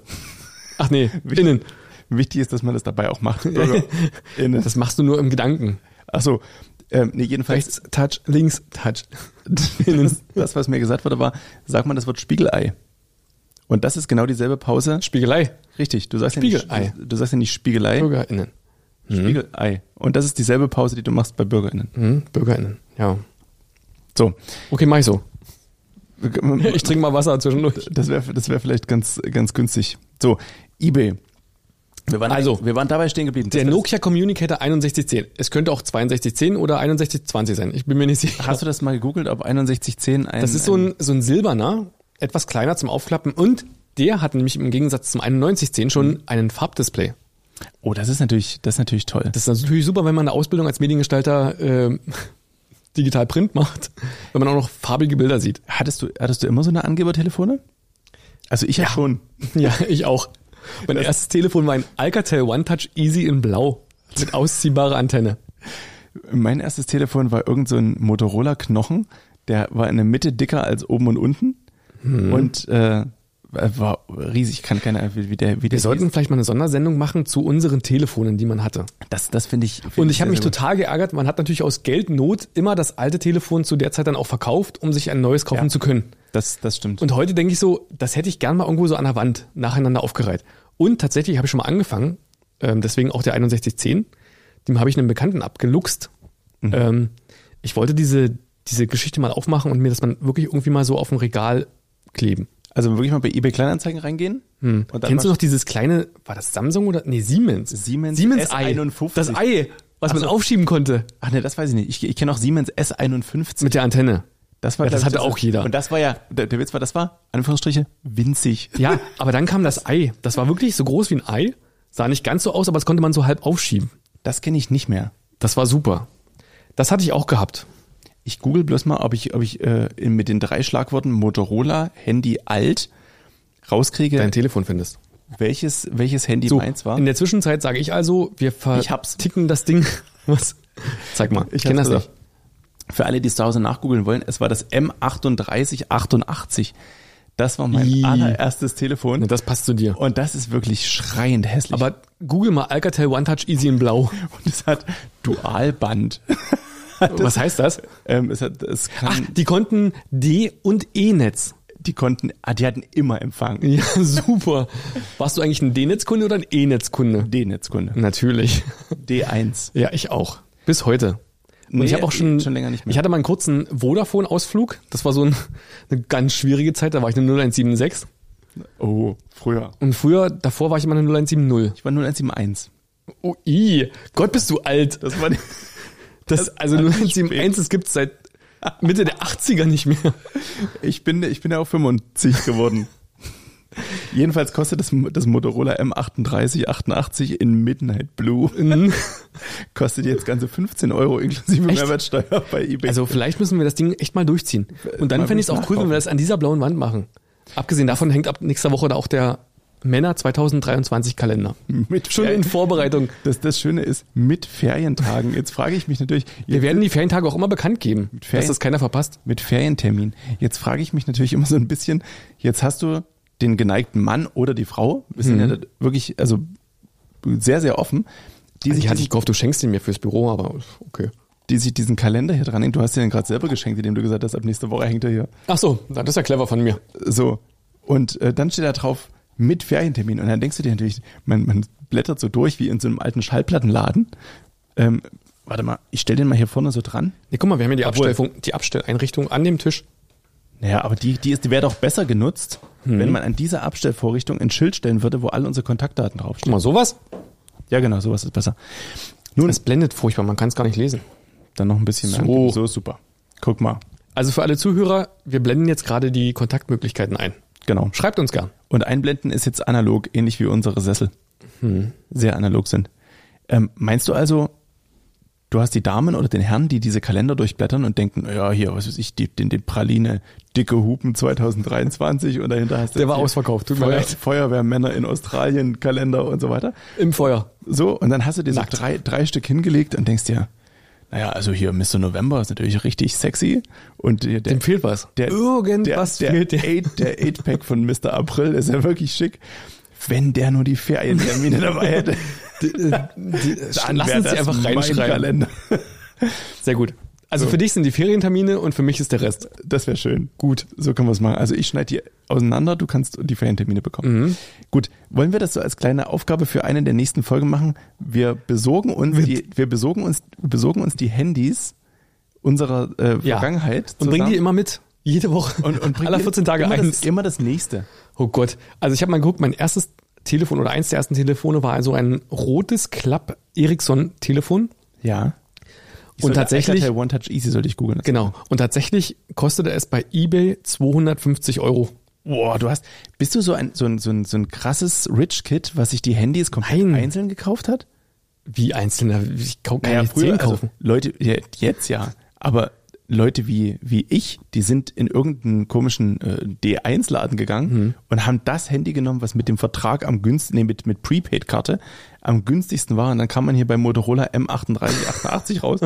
C: Ach nee,
A: Wichtig-
C: innen.
A: Wichtig ist, dass man das dabei auch macht. BürgerInnen.
C: Das machst du nur im Gedanken.
A: Achso, ähm, nee, jedenfalls,
C: Rechts Touch, links Touch.
A: das, das, was mir gesagt wurde, war, sag mal das Wort Spiegelei. Und das ist genau dieselbe Pause.
C: Spiegelei.
A: Richtig, du sagst ja
C: Spiegelei. Mhm.
A: nicht, du, du sagst ja nicht Spiegelei,
C: BürgerInnen.
A: Spiegelei. Und das ist dieselbe Pause, die du machst bei BürgerInnen.
C: Hm? BürgerInnen. Ja.
A: So.
C: Okay, mach ich so. Ich trinke mal Wasser zwischendurch.
A: Das wäre das wär vielleicht ganz, ganz günstig. So, eBay. Wir waren,
C: Also,
A: wir waren dabei stehen geblieben.
C: Der
A: Das-
C: Nokia Communicator 6110. Es könnte auch 6210 oder 6120 sein. Ich bin mir nicht sicher.
A: hast du das mal gegoogelt, ob 6110 ein...
C: das ist so ein, so ein silberner, etwas kleiner zum Aufklappen und der hat nämlich im Gegensatz zum 9110 schon einen Farbdisplay.
A: Oh, das ist natürlich, das ist natürlich toll.
C: Das ist natürlich super, wenn man eine Ausbildung als Mediengestalter ähm, digital Print macht, wenn man auch noch farbige Bilder sieht.
A: hattest, du, hattest du immer so eine Angebertelefone? Also ich ja. habe schon.
C: Ja, ich auch. Mein erstes Telefon war ein Alcatel One Touch Easy in Blau mit ausziehbarer Antenne.
A: Mein erstes Telefon war irgend so ein Motorola-Knochen. Der war in der Mitte dicker als oben und unten. Und äh, war riesig. Ich kann keiner, wie wie der... Wie
C: Wir sollten vielleicht mal eine Sondersendung machen zu unseren Telefonen, die man hatte.
A: Das, das finde ich... Find
C: Und ich habe
A: sehr,
C: mich
A: sehr gut.
C: total geärgert, man hat natürlich aus Geldnot immer das alte Telefon zu der Zeit dann auch verkauft, um sich ein neues kaufen
A: Ja.
C: zu können.
A: Das, das stimmt.
C: Und heute denke ich so, das hätte ich gern mal irgendwo so an der Wand nacheinander aufgereiht. Und tatsächlich habe ich schon mal angefangen, ähm, deswegen auch der 6110, dem habe ich einen Bekannten abgeluchst.
A: Mhm.
C: Ähm, ich wollte diese, diese Geschichte mal aufmachen und mir das man wirklich irgendwie mal so auf ein Regal kleben.
A: Also wirklich mal bei eBay Kleinanzeigen reingehen. Und
C: Hm. Kennst du
A: mal-
C: noch dieses kleine, war das Samsung oder? Nee, Siemens.
A: Siemens
C: Siemens Ei.
A: S51.
C: Das Ei, was man aufschieben konnte
A: Ach ne, das weiß ich nicht. Ich, ich kenne auch Siemens S51.
C: mit der Antenne.
A: das war,
C: ja, das
A: glaub ich,
C: hatte auch jeder.
A: Und das war ja, der, der Witz war, das war, Anführungsstriche, winzig.
C: Ja, aber dann kam das Ei. Das war wirklich so groß wie ein Ei. Sah nicht ganz so aus, aber das konnte man so halb aufschieben.
A: Das kenne ich nicht mehr.
C: Das war super. Das hatte ich auch gehabt.
A: Ich google bloß mal, ob ich, ob ich äh, in- mit den drei Schlagworten Motorola, Handy alt rauskriege,
C: dein Telefon findest.
A: welches, welches Handy
C: So,
A: meins war.
C: in der Zwischenzeit sage ich also, wir
A: Ich hab's.
C: verticken das Ding. Was? Zeig mal, ich, kenne das
A: hab's
C: nicht.
A: gesagt. Für alle, die es zu Hause nachgoogeln wollen, es war das M3888. Das war mein
C: Ih.
A: allererstes Telefon.
C: Das passt zu dir.
A: Und das ist wirklich schreiend hässlich.
C: Aber google mal Alcatel One Touch Easy in Blau.
A: und es hat Dualband.
C: Was heißt das?
A: Ähm, es hat, es kann,
C: Ach, die konnten D- und E E-Netz.
A: die konnten, ah, die hatten immer Empfang.
C: Ja, super. Warst du eigentlich ein D-Netz-Kunde oder ein E-Netz-Kunde?
A: D-Netzkunde.
C: Natürlich.
A: D1.
C: Ja, ich auch. Bis heute. Und
A: Nee,
C: ich habe auch schon,
A: schon länger nicht mehr.
C: Ich hatte mal einen kurzen Vodafone-Ausflug. Das war so ein, eine ganz schwierige Zeit. Da war ich eine 0176.
A: Oh, früher.
C: Und früher, davor war ich immer eine 0170.
A: Ich war 0171.
C: Oh, i. Gott, bist du alt.
A: Das war die,
C: Das, also
A: das-
C: 0171, das gibt's seit Mitte der 80er nicht mehr.
A: ich bin, ich bin ja auch 75 geworden. Jedenfalls kostet das, das Motorola M3888 in Midnight Blue.
C: Mhm.
A: kostet jetzt ganze 15 Euro inklusive
C: Echt?
A: Mehrwertsteuer bei eBay.
C: Also vielleicht müssen wir das Ding echt mal durchziehen. Und dann
A: Mal
C: fände ich es auch cool, wenn
A: nachkaufen.
C: wir das an dieser blauen Wand machen. Abgesehen davon hängt ab nächster Woche da auch der Männer 2023 Kalender.
A: Mit
C: Schon
A: Ferien-
C: in Vorbereitung.
A: Das, das Schöne ist, mit Ferientagen. Jetzt frage ich mich natürlich,
C: Wir werden die Ferientage auch immer bekannt geben, dass
A: Ferien-
C: das keiner verpasst.
A: mit Ferientermin. Jetzt frage ich mich natürlich immer so ein bisschen, jetzt hast du den geneigten Mann oder die Frau, wir sind ja da wirklich, also sehr, sehr offen, die sich,
C: Ich hatte
A: diesen,
C: ich gehofft, du schenkst ihn mir fürs Büro, aber okay.
A: die sich diesen Kalender hier dran hängt. Du hast dir den gerade selber geschenkt, indem du gesagt hast, ab nächste Woche hängt er hier.
C: Ach so, na, das ist ja clever von mir.
A: So. Und äh, dann steht da drauf, mit Ferientermin. Und dann denkst du dir natürlich, man, man blättert so durch wie in so einem alten Schallplattenladen. Ähm, warte mal, ich stell den mal hier vorne so dran.
C: Nee, guck mal, wir haben ja die,
A: Obwohl-
C: Abstellfunk, die Abstelleinrichtung an dem Tisch.
A: Naja, aber die, die, ist- die wäre doch besser genutzt,
C: Hm.
A: wenn man an dieser Abstellvorrichtung ein Schild stellen würde, wo alle unsere Kontaktdaten
C: Guck
A: draufstehen.
C: mal, sowas?
A: Ja, genau, sowas ist besser.
C: Nun, es blendet furchtbar, man kann es gar nicht lesen.
A: Dann noch ein bisschen mehr.
C: So.
A: angeben. so ist super. Guck mal.
C: Also für alle Zuhörer, wir blenden jetzt gerade die Kontaktmöglichkeiten ein.
A: Genau.
C: Schreibt uns gern.
A: Und einblenden ist jetzt analog, ähnlich wie unsere Sessel.
C: Hm.
A: Sehr analog sind. Ähm, meinst du also, du hast die Damen oder den Herren, die diese Kalender durchblättern und denken, ja, hier, was weiß ich, die, den, den Praline, dicke Hupen 2023 und dahinter hast du.
C: Der war
A: hier
C: ausverkauft, tut mir
A: Feuer,
C: leid.
A: Feuerwehrmänner in Australien, Kalender und so weiter.
C: Im Feuer.
A: So, und dann hast du dir so
C: Nackt.
A: drei, drei Stück hingelegt und denkst dir, naja, also hier Mr. November ist natürlich richtig sexy und der, der,
C: Dem fehlt was.
A: der,
C: Irgendwas
A: der,
C: fehlt
A: der,
C: dir.
A: Eight, der Eight-Pack von Mr. April ist ja wirklich schick. Wenn der nur die Ferientermine dabei hätte, dann
C: lass
A: wär
C: uns äh, die
A: das
C: einfach
A: mein
C: reinschreiben.
A: Kalender.
C: Sehr gut. Also für dich sind die Ferientermine und für mich ist der Rest.
A: Das wäre schön. Gut, so können wir es machen. Also ich schneide die auseinander, du kannst die Ferientermine bekommen.
C: Mhm.
A: Gut, wollen wir das so als kleine Aufgabe für eine der nächsten Folgen machen? Wir besorgen uns, die, wir besorgen uns, besorgen uns die Handys unserer äh,
C: Ja.
A: Vergangenheit
C: Und bring die
A: zusammen
C: immer mit. Jede Woche.
A: und, und bring
C: alle
A: die
C: 14 Tage
A: immer
C: eins.
A: Das, immer das nächste.
C: oh Gott. Also ich habe mal geguckt, mein erstes Telefon oder eins der ersten Telefone war also ein rotes Klapp Ericsson Telefon.
A: Ja.
C: Und tatsächlich,
A: One Touch Easy sollte ich googeln.
C: genau. Und tatsächlich kostete es bei eBay 250 Euro.
A: Boah, du hast. Bist du so ein, so ein, so ein, so ein krasses Rich Kid, was sich die Handys komplett
C: Nein.
A: einzeln gekauft hat?
C: Wie einzelner. Ich kau- kann ja, nicht 10 kaufen.
A: Also Leute, ja, jetzt ja, aber Leute wie, wie ich, die sind in irgendeinen komischen äh, D1-Laden gegangen
C: Mhm.
A: und haben das Handy genommen, was mit dem Vertrag am günstigsten, nee, mit, mit Prepaid-Karte am günstigsten war. Und dann kam man hier bei Motorola M3888 raus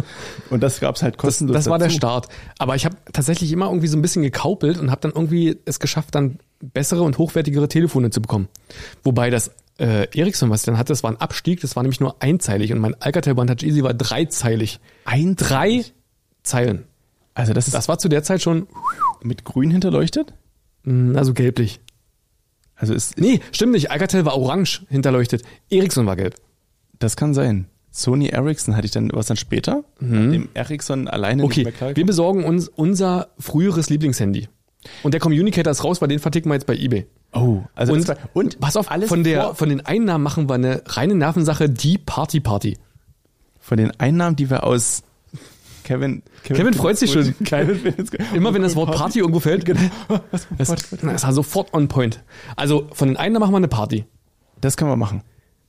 A: und das gab's halt kostenlos.
C: Das war der
A: dazu.
C: Start. Aber ich habe tatsächlich immer irgendwie so ein bisschen gekaupelt und habe dann irgendwie es geschafft, dann bessere und hochwertigere Telefone zu bekommen. Wobei das äh, Ericsson, was ich dann hatte, das war ein Abstieg, das war nämlich nur einzeilig und mein Alcatel One Touch Easy war dreizeilig.
A: Ein
C: Drei Zeilen.
A: Also das ist
C: Das war zu der Zeit schon,
A: mit grün hinterleuchtet?
C: mh, also gelblich.
A: Also ist,
C: Nee, stimmt nicht. Alcatel war orange hinterleuchtet. Ericsson war gelb.
A: das kann sein. Sony Ericsson hatte ich dann, was dann später? Nachdem Ericsson alleine nicht
C: Mhm. Okay,
A: mehr klar
C: wir besorgen uns unser früheres Lieblingshandy. Und der Communicator ist raus, weil den verticken wir jetzt bei eBay.
A: Oh, also
C: und,
A: das war- und
C: pass auf,
A: alles
C: von, der,
A: vor-
C: von den Einnahmen machen wir eine reine Nervensache, die Party Party.
A: von den Einnahmen, die wir aus Kevin
C: Kevin freut sich schon.
A: Kevin findet gut.
C: Immer wenn das Wort Party irgendwo fällt, genau.
A: Was-
C: das, das war sofort on point. Also von den Einnahmen machen wir eine Party.
A: Das können wir machen.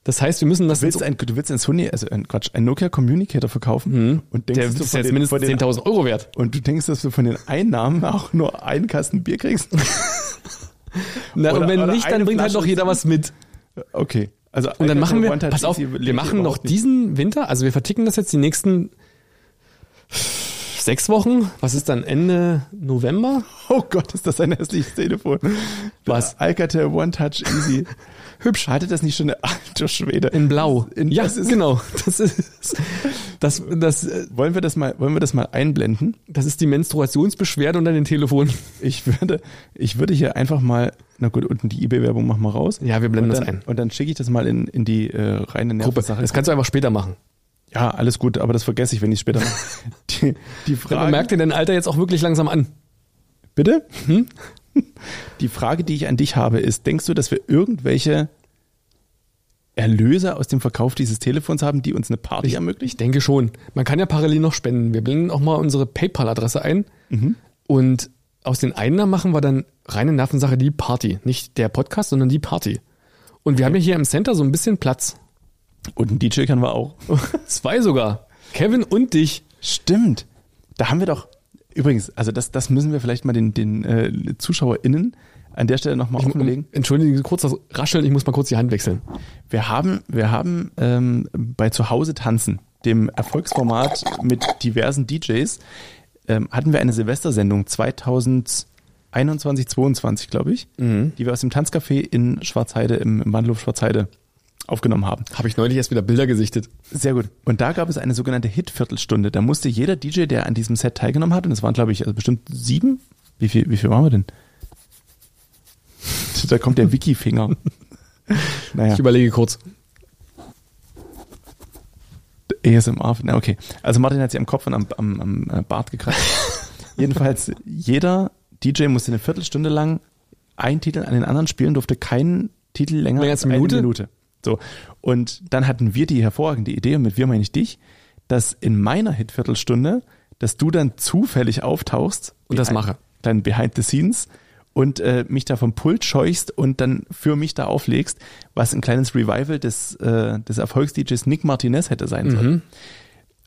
C: Das heißt, wir müssen das
A: Du willst, ein, du willst ein Sony, also ein Quatsch, ein Nokia Communicator verkaufen und denkst,
C: Mhm. der
A: dass du
C: ist
A: von den,
C: jetzt
A: von
C: mindestens
A: den,
C: 10.000 Euro wert.
A: und du denkst, dass du von den Einnahmen auch nur einen Kasten Bier kriegst?
C: Na,
A: Oder-
C: und wenn
A: oder
C: nicht, dann
A: eine
C: bringt halt
A: Flasche
C: noch jeder was mit.
A: Okay. Also
C: Und dann machen wir, pass auf, wir machen noch diesen Winter, also wir verticken das jetzt die nächsten sechs Wochen. Was ist dann Ende November?
A: Oh Gott, ist das ein hässliches Telefon.
C: Was?
A: Alcatel One Touch Easy. Hübsch. Hatte das nicht schon eine alte Schwede?
C: In Blau.
A: In-
C: ja,
A: das ist-
C: genau. Das ist, das, das, äh,
A: Wollen wir das mal, wollen wir das mal einblenden?
C: das ist die Menstruationsbeschwerde unter den Telefonen.
A: Ich würde, ich würde hier einfach mal, na gut, unten die eBay-Werbung machen wir raus.
C: Ja, wir blenden
A: und
C: das
A: dann,
C: ein.
A: Und dann schicke ich das mal in, in die äh, reine
C: Gruppe.
A: Nervensache.
C: Das kannst du einfach später machen.
A: Ja, alles gut, aber das vergesse ich, wenn ich später mache. Die, die
C: Man
A: Frage,
C: merkt dir dein Alter jetzt auch wirklich langsam an.
A: bitte? Hm? Die Frage, die ich an dich habe, ist, denkst du, dass wir irgendwelche Erlöse aus dem Verkauf dieses Telefons haben, die uns eine Party
C: Ich
A: ermöglichen?
C: denke schon. Man kann ja parallel noch spenden. Wir blenden auch mal unsere PayPal-Adresse ein. Und aus den Einnahmen machen wir dann reine Nervensache die Party. Nicht der Podcast, sondern die Party. Und wir haben ja hier im Center so ein bisschen Platz.
A: Und ein DJ können wir auch.
C: Zwei sogar. Kevin und dich.
A: Stimmt. Da haben wir doch, übrigens, also das, das müssen wir vielleicht mal den, den äh, ZuschauerInnen an der Stelle nochmal offenlegen.
C: Entschuldigen Sie kurz das Rascheln, ich muss mal kurz die Hand wechseln.
A: Wir haben, wir haben ähm, bei Zuhause tanzen, dem Erfolgsformat mit diversen DJs, ähm, hatten wir eine Silvestersendung 2021, 22, glaube ich, die wir aus dem Tanzcafé in Schwarzheide, im, im Bahnhof Schwarzheide aufgenommen haben.
C: Habe ich neulich erst wieder Bilder gesichtet.
A: Sehr gut. Und da gab es eine sogenannte Hit-Viertelstunde. Da musste jeder DJ, der an diesem Set teilgenommen hat, und es waren, glaube ich, also bestimmt sieben. Wie viel, wie viel waren wir denn? Da kommt der Wiki-Finger. Naja.
C: Ich überlege kurz.
A: ASMR, na okay. Also Martin hat sie am Kopf und am, am, am äh, Bart gekratzt. Jedenfalls, jeder DJ musste eine Viertelstunde lang einen Titel an den anderen spielen, durfte keinen Titel länger
C: Länger als eine Minute?
A: Minute. So. Und dann hatten wir die hervorragende Idee, und mit wir meine ich dich, dass in meiner Hit-Viertelstunde, dass du dann zufällig auftauchst.
C: Und das mache.
A: Dann behind the scenes und äh, mich da vom Pult scheuchst und dann für mich da auflegst, was ein kleines Revival des, äh, des Erfolgs-DJs Nick Martinez hätte sein sollen.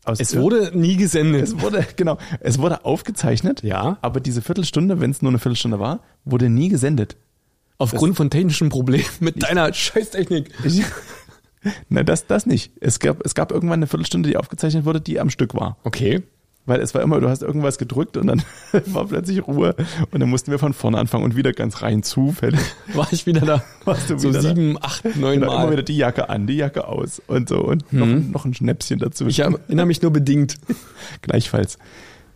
A: Aus
C: Mhm. Es wurde nie gesendet.
A: es wurde, genau, es wurde aufgezeichnet,
C: Ja.
A: aber diese Viertelstunde, wenn es nur eine Viertelstunde war, wurde nie gesendet.
C: Aufgrund von technischen Problemen mit deiner Scheißtechnik.
A: Na, das, das nicht. Es gab, es gab irgendwann eine Viertelstunde, die aufgezeichnet wurde, die am Stück war.
C: Okay.
A: Weil es war immer, du hast irgendwas gedrückt und dann war plötzlich Ruhe und dann mussten wir von vorne anfangen und wieder ganz rein zufällig.
C: War ich wieder da.
A: Warst du
C: so
A: wieder da?
C: sieben, acht, neun
A: Genau, immer
C: Mal.
A: wieder die Jacke an, die Jacke aus und so und noch, noch ein Schnäpschen dazu.
C: Ich erinnere mich nur bedingt.
A: Gleichfalls.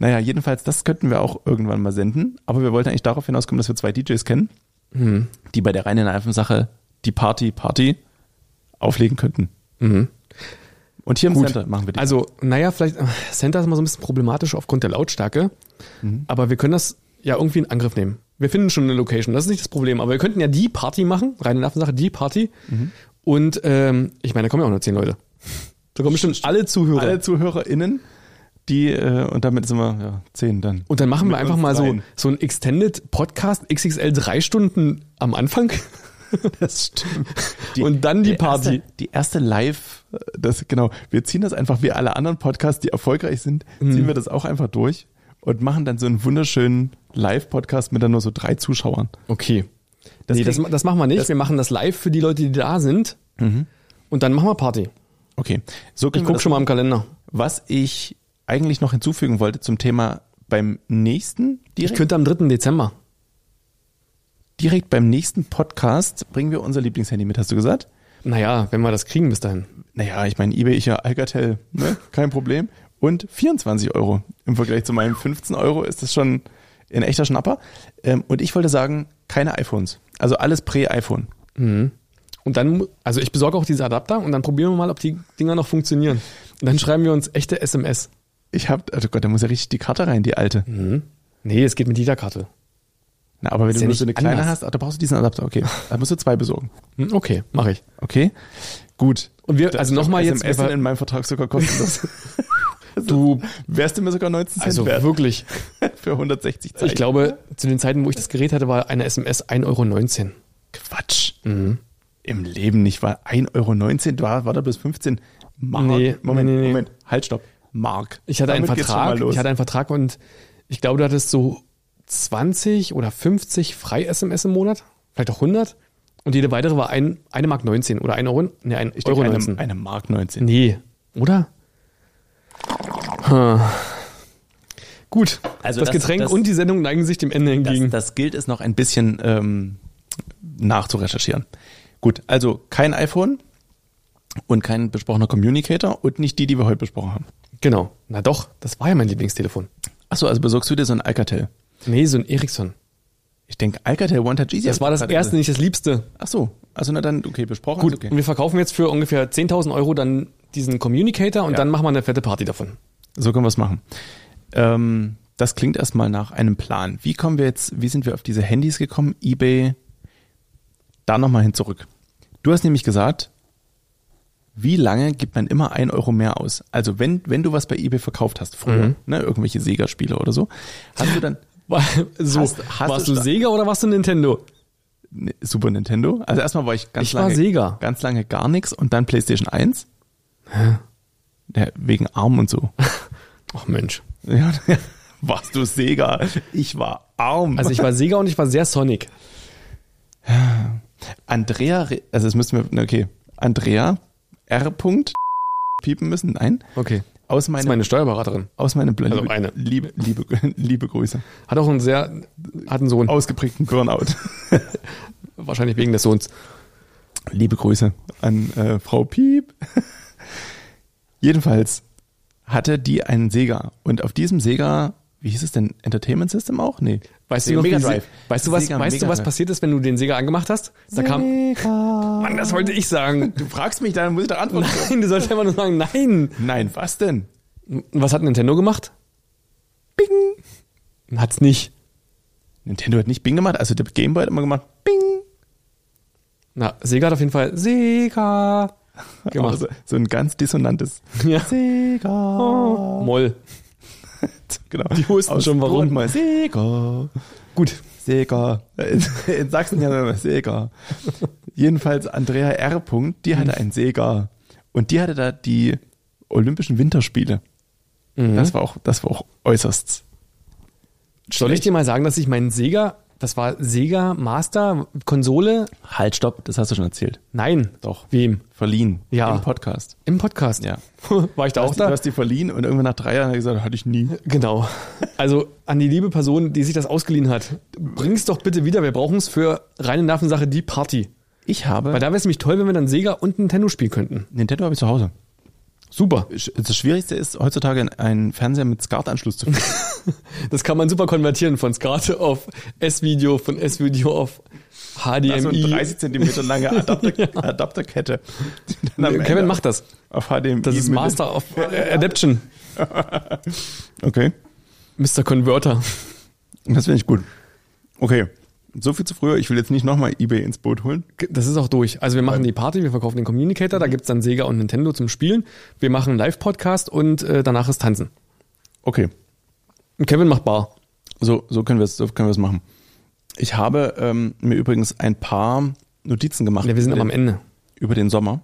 A: Naja, jedenfalls, das könnten wir auch irgendwann mal senden. Aber wir wollten eigentlich darauf hinauskommen, dass wir zwei DJs kennen, die bei der reinen Nervensache die Party Party auflegen könnten. Und hier im Center machen wir die.
C: Also, naja, vielleicht, äh, Center ist mal so ein bisschen problematisch aufgrund der Lautstärke.
A: Mhm.
C: Aber wir können das ja irgendwie in Angriff nehmen. Wir finden schon eine Location, das ist nicht das Problem. Aber wir könnten ja die Party machen, reine Nervensache, die Party.
A: Mhm.
C: Und ähm, ich meine, da kommen ja auch nur zehn Leute. Da kommen bestimmt alle Zuhörer.
A: alle ZuhörerInnen, die, äh, und damit sind wir ja, zehn dann.
C: und dann machen wir einfach
A: uns
C: mal so,
A: dreien.
C: so ein Extended Podcast XXL drei Stunden am Anfang.
A: das stimmt.
C: Und dann die Party.
A: Erste, die erste Live, äh, das genau. Wir ziehen das einfach wie alle anderen Podcasts, die erfolgreich sind,
C: Mhm.
A: ziehen wir das auch einfach durch und machen dann so einen wunderschönen Live-Podcast mit dann nur so drei Zuschauern.
C: Okay. Das nee, das,
A: klingt-
C: ma- das machen wir nicht.
A: das-
C: wir machen das live für die Leute, die da sind. Und dann machen wir Party.
A: Okay, so
C: Ich
A: können wir
C: gucke
A: das
C: schon mal im Kalender.
A: Was ich eigentlich noch hinzufügen wollte zum Thema beim nächsten,
C: Ich
A: direkt,
C: könnte am 3. Dezember.
A: direkt beim nächsten Podcast bringen wir unser Lieblingshandy mit, hast du gesagt?
C: Naja, wenn wir das kriegen bis dahin.
A: Naja, ich meine, eBay, ich ja Alcatel, ne? kein Problem. Und 24 Euro im Vergleich zu meinen 15 Euro ist das schon ein echter Schnapper. Ähm, und ich wollte sagen, keine iPhones. Also alles pre-iPhone.
C: Und dann, mu- also ich besorge auch diese Adapter und dann probieren wir mal, ob die Dinger noch funktionieren. Und dann schreiben wir uns echte SMS.
A: Ich habe, oh Gott, da muss ja richtig die Karte rein, die alte.
C: Nee, es geht mit jeder Karte.
A: Na, aber wenn
C: Hm. Ist
A: du
C: ja
A: nur so eine
C: nicht
A: kleine
C: anders.
A: hast, ach, da brauchst du diesen Adapter, okay. Da musst du zwei besorgen.
C: Hm, Okay, mache ich.
A: Okay, gut.
C: Und wir, also nochmal jetzt,
A: SMS
C: wir-
A: in meinem Vertrag sogar kostenlos.
C: du,
A: Wärst du mir sogar 19 Cent
C: also
A: wert
C: wirklich,
A: für 160 Zeichen.
C: ich glaube, zu den Zeiten, wo ich das Gerät hatte, war eine SMS 1,19 Euro.
A: Quatsch. Im Leben nicht, weil 1,19 Euro war, war da bis 15 Mark.
C: Nee,
A: Moment,
C: nee, nee.
A: Moment, halt, stopp. Mark.
C: Ich hatte einen
A: Damit geht's schon mal
C: Vertrag.
A: los.
C: Ich hatte einen Vertrag und ich glaube, du hattest so 20 oder 50 Frei-SMS im Monat, vielleicht auch 100. Und jede weitere war ein, eine Mark 19 oder 1 Euro, nee, ein
A: ich
C: Euro
A: denke,
C: 19.
A: eine, eine Mark 19.
C: Nee, oder? Hm. Gut,
A: Also
C: das,
A: das-
C: Getränk
A: das-
C: und die Sendung neigen sich dem Ende
A: Das,
C: entgegen.
A: das gilt es noch ein bisschen ähm, nachzurecherchieren. Gut, also kein iPhone und kein besprochener Communicator und nicht die, die wir heute besprochen haben.
C: genau. Na doch, das war ja mein Lieblingstelefon.
A: Achso, also besorgst du dir so ein Alcatel?
C: Nee, so ein Ericsson.
A: Ich denke, Alcatel One Touch Easy.
C: Das war das erste, nicht das liebste.
A: Achso, also na dann, okay, besprochen.
C: Gut,
A: ist
C: und
A: okay.
C: wir verkaufen jetzt für ungefähr 10.000 Euro dann diesen Communicator und dann machen wir eine fette Party davon.
A: So können wir es machen. Ähm, das klingt erstmal nach einem Plan. Wie kommen wir jetzt, wie sind wir auf diese Handys gekommen? Ebay, da nochmal hin zurück. Du hast nämlich gesagt, wie lange gibt man immer ein Euro mehr aus? Also wenn, wenn du was bei Ebay verkauft hast, früher,
C: Mhm.
A: ne, irgendwelche Sega-Spiele oder so, hast du dann
C: War- So,
A: Hast- hast
C: warst
A: du
C: du
A: sta-
C: Sega oder warst du Nintendo?
A: ne, Super Nintendo? Also erstmal war ich ganz
C: Ich war
A: lange.
C: Sega.
A: Ganz lange gar nichts und dann PlayStation 1. Ja, wegen Arm und so.
C: Ach Mensch.
A: Ja, warst du Sega? Ich war arm.
C: Also ich war Sega und ich war sehr Sonic.
A: Andrea, Re- also das müssen wir, na, okay, Andrea R. Punkt piepen müssen, nein,
C: Okay.
A: aus
C: Das
A: meinem,
C: ist meine Steuerberaterin.
A: aus meinem Bla-
C: also
A: liebe,
C: meine.
A: Liebe, liebe, liebe Grüße,
C: Hat auch einen sehr, hat einen Sohn.
A: ausgeprägten Burnout.
C: Wahrscheinlich wegen des Sohns.
A: liebe Grüße an äh, Frau Piep. Jedenfalls hatte die einen Sega und auf diesem Sega, wie hieß es denn, Entertainment System auch? Nee.
C: Weißt du,
A: Sega
C: noch, wie
A: Mega
C: Se-
A: Drive.
C: weißt du was,
A: Sega
C: weißt du,
A: Mega
C: was
A: Drive.
C: passiert ist, wenn du den Sega angemacht hast? Da kam,
A: Sega.
C: Mann, das wollte ich sagen.
A: Du fragst mich, dann muss ich da antworten.
C: Nein, du sollst einfach nur sagen, nein.
A: Nein, was denn?
C: Und was hat Nintendo gemacht? Bing. Hat's nicht.
A: Nintendo hat nicht Bing gemacht, also der Game Boy hat immer gemacht Bing.
C: Na, Sega hat auf jeden Fall Sega
A: Genau.
C: gemacht.
A: So, so ein ganz dissonantes
C: Ja.
A: Sega.
C: Moll.
A: Genau.
C: Die wussten
A: Aus
C: schon, warum.
A: Grund Mal Sega.
C: Gut.
A: Sega. In, in Sachsen ja immer Sega. Jedenfalls Andrea R. Punkt, die hatte einen Sega. Und die hatte da die Olympischen Winterspiele. Das war auch, das war auch äußerst.
C: Soll ich dir mal sagen, dass ich meinen Sega, das war Sega Master Konsole?
A: Halt, stopp, das hast du schon erzählt.
C: Nein.
A: Doch.
C: Wem?
A: Verliehen.
C: Ja.
A: Im Podcast.
C: Im Podcast.
A: Ja.
C: War ich da auch
A: Du
C: da?
A: hast die verliehen und irgendwann nach drei Jahren hat er gesagt, hatte ich nie.
C: Genau. Also an die liebe Person, die sich das ausgeliehen hat, bring's doch bitte wieder. Wir brauchen es für reine Nervensache die Party.
A: Ich habe.
C: Weil da wäre es nämlich toll, wenn wir dann Sega und Nintendo spielen könnten.
A: Nintendo habe ich zu Hause.
C: Super.
A: Sch- Das Schwierigste ist heutzutage einen Fernseher mit SCART-Anschluss zu finden.
C: Das kann man super konvertieren von Skate auf S-Video, von S-Video auf
A: Also eine
C: HDMI.
A: 30 Zentimeter lange Adapter Adapterkette. die dann am Ende
C: Kevin macht das.
A: Auf HDMI.
C: Das ist
A: mit-
C: Master of äh, Adaption.
A: Okay,
C: Mr. Converter.
A: das finde ich gut. Okay, so viel zu früher. Ich will jetzt nicht nochmal eBay ins Boot holen.
C: Das ist auch durch. Also wir machen die Party, wir verkaufen den Communicator, da gibt's dann Sega und Nintendo zum Spielen. Wir machen einen Live-Podcast und äh, danach ist Tanzen.
A: Okay,
C: Und Kevin macht Bar.
A: so, so können wir es so können wir's machen. Ich habe ähm, mir übrigens ein paar Notizen gemacht.
C: Ja, wir sind
A: über
C: aber am
A: den-
C: Ende.
A: Über den Sommer.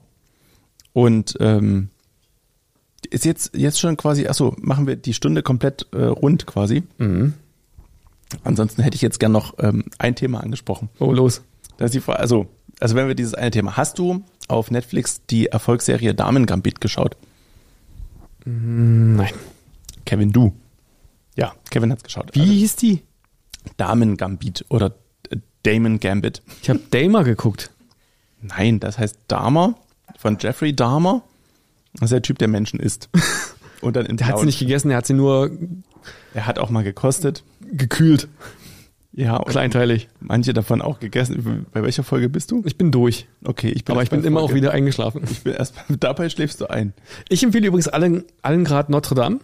A: Und ähm, ist jetzt, jetzt schon quasi, achso, machen wir die Stunde komplett äh, rund quasi.
C: Mhm.
A: Ansonsten hätte ich jetzt gern noch ähm, ein Thema angesprochen.
C: Oh, los.
A: Das ist die Frage, also, also wenn wir dieses eine Thema, hast du auf Netflix die Erfolgsserie Damen Gambit geschaut?
C: Nein.
A: Kevin, du. Ja, Kevin hat's geschaut.
C: Wie hieß die?
A: Also, Damen Gambit oder äh, Damon Gambit.
C: Ich habe Damer geguckt.
A: Nein, das heißt Dahmer von Jeffrey Dahmer. Das ist der Typ, der Menschen isst. Und dann in
C: Der hat sie nicht gegessen, der hat sie nur
A: Er hat auch mal gekostet.
C: gekühlt.
A: Ja, und
C: Kleinteilig.
A: manche davon auch gegessen. Bei welcher Folge bist du?
C: Ich bin durch.
A: Okay, ich bin
C: Aber
A: erst
C: ich bin
A: bei
C: immer auch
A: Folge-
C: wieder eingeschlafen.
A: Ich bin erst bei, dabei schläfst du ein.
C: Ich empfehle übrigens allen, allen gerade Notre Dame.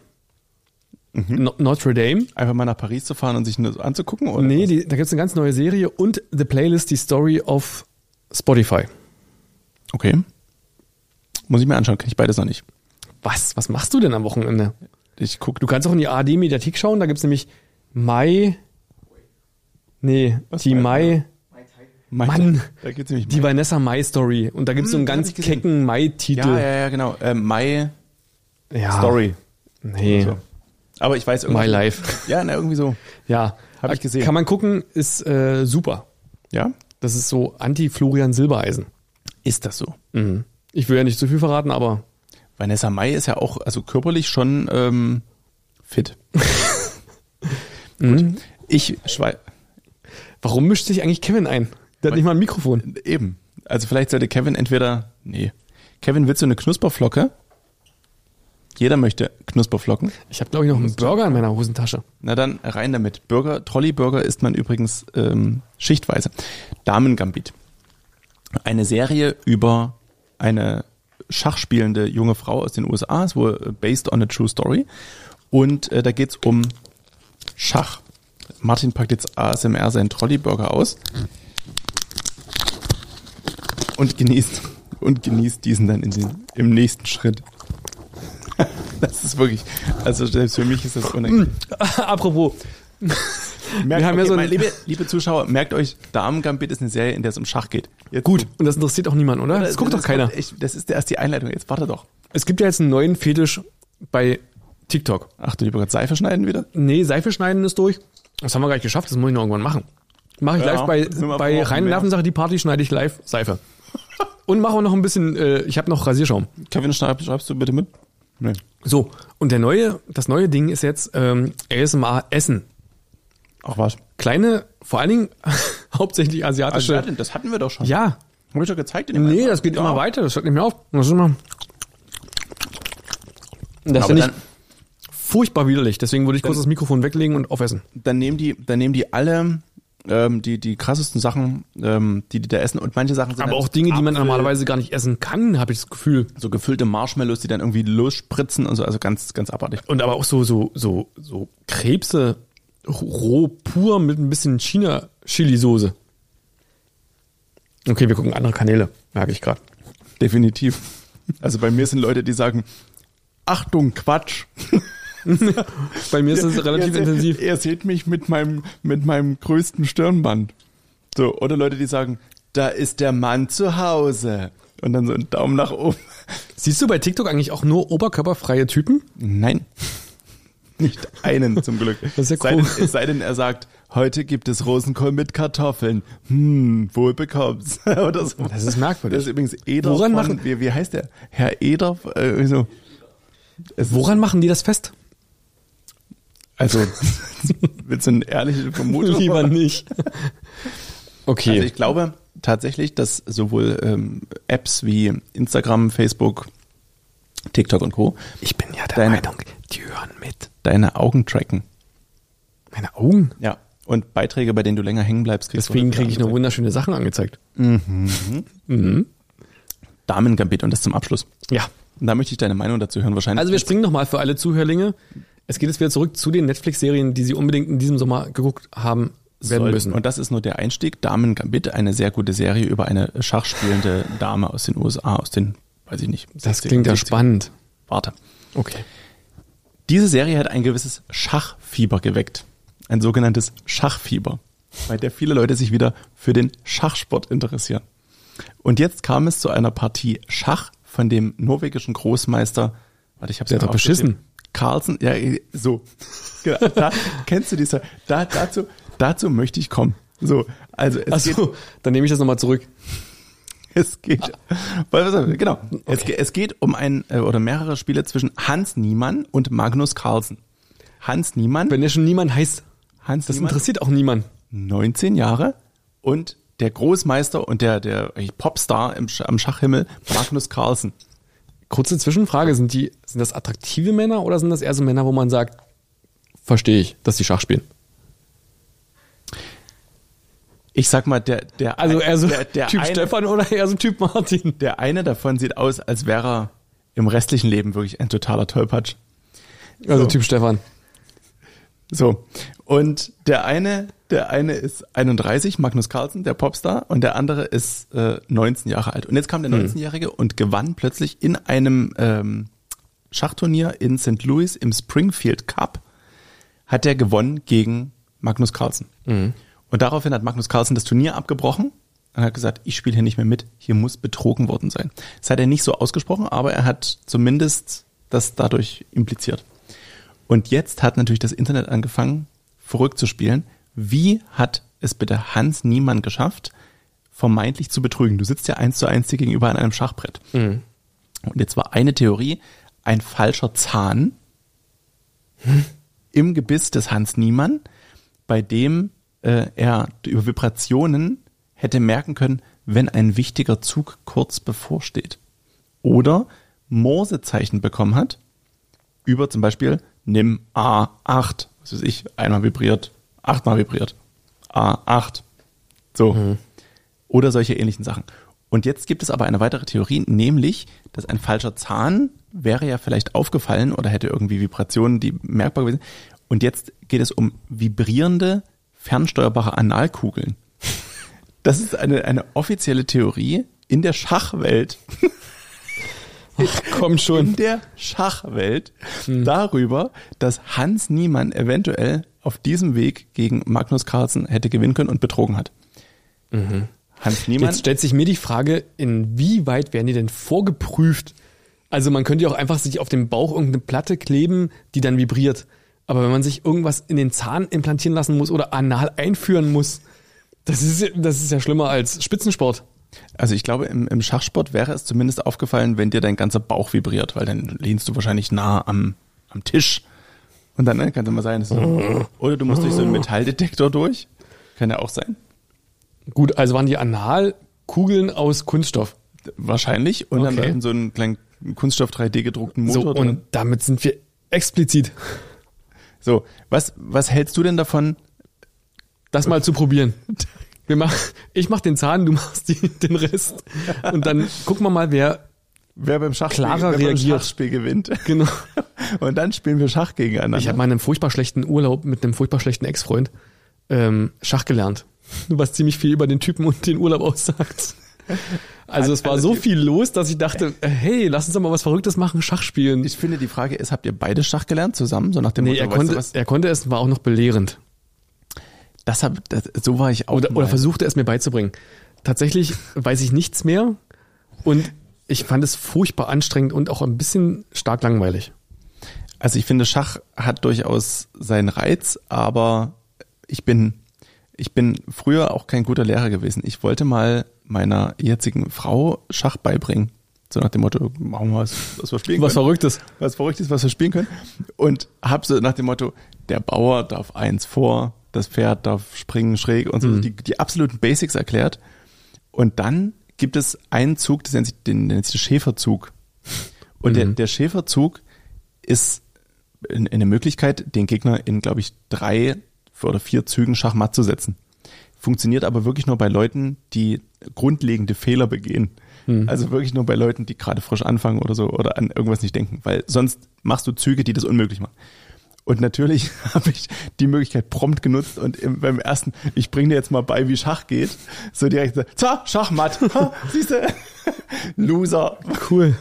C: No, Notre Dame.
A: Einfach mal nach Paris zu fahren und sich nur so anzugucken? Oder
C: Nee, die, da gibt's eine ganz neue Serie und The Playlist, die Story auf Spotify.
A: Okay. Muss ich mir anschauen, kenne ich beides noch nicht.
C: Was? Was machst du denn am Wochenende?
A: Ich guck,
C: Du kannst auch in die ARD-Mediathek schauen, da gibt's nämlich Mai. Nee,
A: Was
C: die
A: weiß
C: Mai.
A: Mai-
C: Mann,
A: Da geht's nämlich
C: die Vanessa Mai Story. Und da gibt es so einen
A: Hm, hab
C: ganz
A: ich gesehen.
C: kecken Mai-Titel.
A: Ja, ja, ja, genau. Ähm, my
C: Ja.
A: Story.
C: Ah,
A: Also.
C: Nee.
A: So. Aber ich weiß irgendwie.
C: My Life.
A: Ja, na, irgendwie so.
C: Ja.
A: Hab ich gesehen.
C: Kann man gucken, ist äh, super.
A: Ja?
C: Das ist so Anti-Florian Silbereisen.
A: Ist das so?
C: Mhm. Ich will ja nicht zu viel verraten, aber
A: Vanessa Mai ist ja auch, also körperlich schon ähm, fit.
C: mhm.
A: Ich schwei
C: warum mischt sich eigentlich Kevin ein? Der hat nicht mal ein Mikrofon.
A: eben. Also vielleicht sollte Kevin entweder. Nee. Kevin, willst du eine Knusperflocke? Jeder möchte Knusperflocken.
C: Ich habe, glaube ich, noch einen Burger in meiner Hosentasche.
A: Na dann rein damit. Burger, Trolley-Burger isst man übrigens ähm, schichtweise. Damengambit. Eine Serie über eine schachspielende junge Frau aus den USA, ist wohl äh, based on a true story. Und äh, da geht's um Schach. Martin packt jetzt ASMR seinen Trolley-Burger aus und genießt und genießt diesen dann in den, im nächsten Schritt. Das ist wirklich, also selbst für mich ist das unangenehm.
C: Apropos,
A: Merkt,
C: Wir haben ja
A: okay,
C: so ein-
A: meine liebe, liebe Zuschauer, merkt euch, Damen Gambit ist eine Serie, in der es um Schach geht. Jetzt,
C: gut, und das interessiert auch niemand, oder? Das guckt doch keiner.
A: kommt echt- das ist erst die Einleitung. Jetzt warte doch.
C: Es gibt ja jetzt einen neuen Fetisch bei TikTok.
A: Ach du lieber Gott, Seife schneiden wieder?
C: Nee, Seife schneiden ist durch. Das haben wir gleich geschafft, das muss ich noch irgendwann machen. Mache ich
A: Ja,
C: live bei,
A: sind wir
C: bei
A: verbrauchen
C: reine
A: mehr.
C: Nervensache, die Party schneide ich live Seife. Und mache auch noch ein bisschen, äh, ich habe noch Rasierschaum.
A: Kevin, schreib, schreibst du bitte mit? Nee.
C: So, und der neue, das neue Ding ist jetzt ähm, ASMR Essen.
A: Ach was. Also,
C: Kleine, vor allen Dingen hauptsächlich asiatische.
A: das hatten wir doch schon. Ja.
C: ja,
A: Hab ich doch gezeigt in dem
C: nee,
A: Eintrag.
C: das geht
A: Ja.
C: immer weiter, das hört nicht mehr auf. Das ist immer. Das
A: Aber
C: finde ich
A: dann,
C: furchtbar widerlich, deswegen würde ich kurz das Mikrofon weglegen und aufessen.
A: dann nehmen die, dann nehmen die alle ähm, die, die krassesten Sachen, ähm, die die da essen und manche Sachen sind
C: Aber
A: dann
C: auch Dinge, die man
A: Apfel,
C: normalerweise gar nicht essen kann, habe ich das Gefühl.
A: so gefüllte Marshmallows, die dann irgendwie losspritzen und so, also ganz, ganz abartig.
C: Und aber auch so, so, so, so Krebse roh pur mit ein bisschen China-Chili-Soße. Okay, wir gucken andere Kanäle, merke ich gerade.
A: Definitiv. Also bei mir sind Leute, die sagen, Achtung, Quatsch.
C: Bei mir ist es relativ
A: ihr,
C: intensiv.
A: Ihr seht mich mit meinem, mit meinem größten Stirnband. So, oder Leute, die sagen, da ist der Mann zu Hause. Und dann so ein Daumen nach oben.
C: Siehst du bei TikTok eigentlich auch nur oberkörperfreie Typen?
A: Nein. Nicht einen zum Glück.
C: ist ja
A: sei,
C: cool.
A: denn, es sei denn, er sagt, heute gibt es Rosenkohl mit Kartoffeln. Hm, wohl bekommt's. Oder so.
C: Das ist merkwürdig.
A: Das ist übrigens Eder
C: Woran
A: von,
C: machen-
A: wie, wie heißt der? Herr Eder, äh, irgendwie so.
C: Woran machen die das fest?
A: Also, willst du eine ehrliche Vermutung?
C: Lieber nicht. Okay.
A: Also ich glaube tatsächlich, dass sowohl ähm, Apps wie Instagram, Facebook, TikTok und Co.
C: ich bin ja der
A: Deine-
C: die hören mit.
A: deine Augen tracken.
C: Meine Augen.
A: Ja. Und Beiträge, bei denen du länger hängen bleibst, kriegst
C: Deswegen
A: du.
C: kriege ich nur wunderschöne Sachen angezeigt.
A: Damengambit und das zum Abschluss.
C: Ja.
A: Und da möchte ich deine Meinung dazu hören wahrscheinlich.
C: Also wir springen nochmal für alle Zuhörlinge. Es geht jetzt wieder zurück zu den Netflix-Serien, die sie unbedingt in diesem Sommer geguckt haben werden
A: Sollten.
C: müssen.
A: Und das ist nur der Einstieg. Damengambit, eine sehr gute Serie über eine schachspielende Dame aus den USA, aus den, weiß ich nicht.
C: das
A: 60er,
C: klingt ja
A: 70er.
C: spannend.
A: Warte.
C: Okay.
A: Diese Serie hat ein gewisses Schachfieber geweckt. Ein sogenanntes Schachfieber, bei der viele Leute sich wieder für den Schachsport interessieren. Und jetzt kam es zu einer Partie Schach von dem norwegischen Großmeister, warte, ich hab's
C: Der hat
A: mir
C: doch beschissen.
A: aufgeschrieben. Carlsen, ja, eh, so. Genau, da, kennst du diese, da, dazu, dazu möchte ich kommen. So, also es geht,
C: Also, dann nehme ich das nochmal zurück.
A: es geht, weil, was- genau, es, ge- es geht um ein, äh, oder mehrere Spiele zwischen Hans Niemann und Magnus Carlsen. Hans Niemann.
C: Wenn der schon niemand heißt,
A: Hans
C: das
A: Niemann,
C: interessiert auch niemand.
A: 19 Jahre und der Großmeister und der, der eigentlich Popstar im, Sch- am Schachhimmel, Magnus Carlsen.
C: Kurze Zwischenfrage, sind die, sind das attraktive Männer oder sind das eher so Männer, wo man sagt, verstehe ich, dass die Schach spielen?
A: Ich sag mal, der, der,
C: Also eher so
A: der, der,
C: Typ
A: eine,
C: Stefan oder eher so Typ Martin?
A: der eine davon sieht aus, als wäre er im restlichen Leben wirklich ein totaler Tollpatsch.
C: Also
A: So.
C: Typ Stefan.
A: So. Und der eine, der eine ist 31, Magnus Carlsen, der Popstar, und der andere ist äh, 19 Jahre alt. Und jetzt kam der 19-Jährige und gewann plötzlich in einem ähm, Schachturnier in St. Louis im Springfield Cup, hat er gewonnen gegen Magnus Carlsen. Und daraufhin hat Magnus Carlsen das Turnier abgebrochen und hat gesagt, ich spiele hier nicht mehr mit, hier muss betrogen worden sein. Das hat er nicht so ausgesprochen, aber er hat zumindest das dadurch impliziert. Und jetzt hat natürlich das Internet angefangen, verrückt zu spielen. Wie hat es bitte Hans Niemann geschafft, vermeintlich zu betrügen? Du sitzt ja eins zu eins dir gegenüber an einem Schachbrett. Und jetzt war eine Theorie, ein falscher Zahn im Gebiss des Hans Niemann, bei dem äh, er über Vibrationen hätte merken können, wenn ein wichtiger Zug kurz bevorsteht. Oder Morsezeichen bekommen hat, über zum Beispiel nimm A8, was weiß ich, einmal vibriert, achtmal vibriert, A8. So. Oder solche ähnlichen Sachen. Und jetzt gibt es aber eine weitere Theorie, nämlich, dass ein falscher Zahn wäre ja vielleicht aufgefallen oder hätte irgendwie Vibrationen, die merkbar gewesen. Und jetzt geht es um vibrierende, fernsteuerbare Analkugeln. Das ist eine, eine offizielle Theorie in der Schachwelt
C: Komm
A: in der Schachwelt
C: Hm.
A: darüber, dass Hans Niemann eventuell auf diesem Weg gegen Magnus Carlsen hätte gewinnen können und betrogen hat. Hans Niemann,
C: Mhm. Jetzt stellt sich mir die Frage, inwieweit werden die denn vorgeprüft? Also man könnte ja auch einfach sich auf den Bauch irgendeine Platte kleben, die dann vibriert. Aber wenn man sich irgendwas in den Zahn implantieren lassen muss oder anal einführen muss, das ist, ja- das ist ja schlimmer als Spitzensport.
A: also ich glaube, im, im Schachsport wäre es zumindest aufgefallen, wenn dir dein ganzer Bauch vibriert, weil dann lehnst du wahrscheinlich nah am, am Tisch. Und dann ne, kann es immer sein, dass
C: Mhm.
A: du, oder du musst durch so einen Metalldetektor durch. Kann ja auch sein.
C: Gut, also waren die Analkugeln aus Kunststoff.
A: Wahrscheinlich. Und dann
C: Okay.
A: dann so einen kleinen Kunststoff 3D gedruckten Motor.
C: So,
A: drin.
C: und damit sind wir explizit,
A: so was, was hältst du denn davon,
C: das mal zu probieren. Wir mach, ich mach den Zahn, du machst die, den Rest. Und dann gucken wir mal, wer
A: Wer beim Schachspiel,
C: Klarer
A: wer beim
C: reagiert.
A: Schachspiel gewinnt.
C: genau.
A: Und dann spielen wir Schach gegeneinander.
C: Ich habe mal in einem furchtbar schlechten Urlaub mit einem furchtbar schlechten Ex-Freund ähm, Schach gelernt. Was ziemlich viel über den Typen und den Urlaub aussagt. Also es war so viel los, dass ich dachte, äh, hey, lass uns doch mal was Verrücktes machen, Schach spielen.
A: ich finde, die Frage ist, habt ihr beide Schach gelernt zusammen? So nach dem
C: Nee,
A: Motto,
C: er
A: weißt
C: konnte,
A: du was?
C: er konnte es, war auch noch belehrend.
A: Das hab, das, so war ich auch
C: Oder,
A: mal.
C: oder versuchte es mir beizubringen. Tatsächlich weiß ich nichts mehr und ich fand es furchtbar anstrengend und auch ein bisschen stark langweilig.
A: Also ich finde, Schach hat durchaus seinen Reiz, aber ich bin, ich bin früher auch kein guter Lehrer gewesen. Ich wollte mal meiner jetzigen Frau Schach beibringen. So nach dem Motto, machen wir was, was wir spielen
C: Was
A: können.
C: Verrücktes.
A: was Verrücktes, was wir spielen können. Und hab so nach dem Motto, der Bauer darf eins vor, das Pferd darf springen schräg und so Also die, die absoluten Basics erklärt. Und dann gibt es einen Zug, das nennt sich den, der nennt sich Schäferzug. Und der, der Schäferzug ist in- eine Möglichkeit, den Gegner in, glaube ich, drei oder vier Zügen Schachmatt zu setzen. Funktioniert aber wirklich nur bei Leuten, die grundlegende Fehler begehen. Also wirklich nur bei Leuten, die gerade frisch anfangen oder so oder an irgendwas nicht denken, weil sonst machst du Züge, die das unmöglich machen. Und natürlich habe ich die Möglichkeit prompt genutzt und im, beim ersten, ich bringe dir jetzt mal bei, wie Schach geht, so direkt, so, "Za, Schachmatt, ha, siehste, Loser.
C: Cool.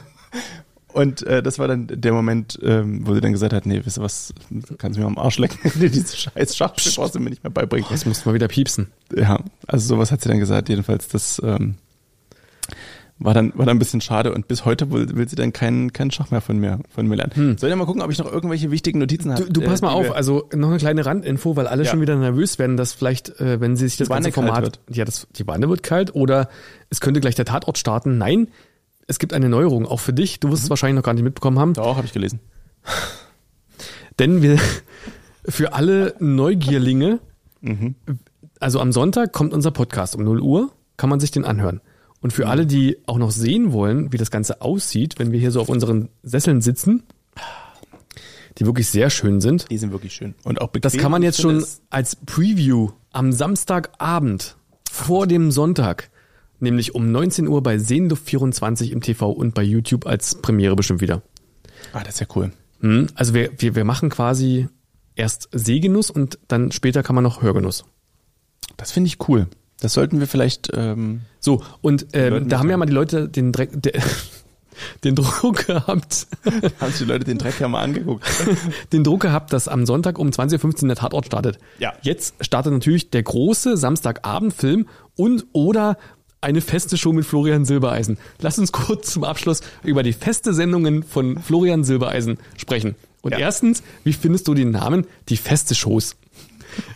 A: Und äh, das war dann der Moment, ähm, wo sie dann gesagt hat, nee, wisst ihr was, kannst du mir am Arsch lecken, wenn du diese scheiß Schachspiel brauchst du mir nicht mehr beibringen.
C: Jetzt musst du mal wieder piepsen.
A: Ja, also sowas hat sie dann gesagt, jedenfalls, das ähm, war, dann, war dann ein bisschen schade und bis heute will, will sie dann keinen keinen Schach mehr von mir, von mir lernen. Soll ich dann mal gucken, ob ich noch irgendwelche wichtigen Notizen
C: Hm.
A: äh,
C: Du,
A: habe?
C: du pass mal auf, also noch eine kleine Randinfo, weil alle
A: Ja.
C: schon wieder nervös werden, dass vielleicht, äh, wenn sie sich das
A: Wanne
C: ganze Format,
A: kalt
C: ja, das, die Wanne wird kalt oder es könnte gleich der Tatort starten. Nein, es gibt eine Neuerung, auch für dich. Du wirst es wahrscheinlich noch gar nicht mitbekommen haben,
A: Mhm. Doch, habe ich gelesen.
C: denn wir für alle Neugierlinge,
A: Mhm.
C: also am Sonntag kommt unser Podcast um 0 Uhr, kann man sich den anhören. Und
A: Mhm.
C: für alle, die auch noch sehen wollen, wie das Ganze aussieht, wenn wir hier so auf unseren Sesseln sitzen, die wirklich sehr schön sind,
A: Die sind wirklich schön und auch bequem.
C: Das kann man
A: Ich
C: jetzt
A: finde
C: schon
A: es-
C: als Preview am Samstagabend vor dem Sonntag, nämlich um 19 Uhr bei Seenluft 24 im TV und bei YouTube als Premiere bestimmt wieder.
A: Ah, das ist ja cool.
C: Hm, Also wir, wir, wir machen quasi erst Sehgenuss und dann später kann man noch Hörgenuss.
A: Das finde ich cool. Das sollten wir vielleicht. Ähm,
C: So, und ähm,
A: Leuten
C: da haben ja
A: gefallen.
C: mal die Leute den Dreck, der, den Druck gehabt,
A: haben sich die Leute den Dreck ja mal angeguckt.
C: den Druck gehabt, dass am Sonntag um 20.15 Uhr der Tatort startet.
A: Ja.
C: Jetzt startet natürlich der große Samstagabendfilm und oder Eine feste Show mit Florian Silbereisen. Lass uns kurz zum Abschluss über die feste Sendungen von Florian Silbereisen sprechen. Und
A: Ja.
C: erstens, wie findest du den Namen? Die feste Shows.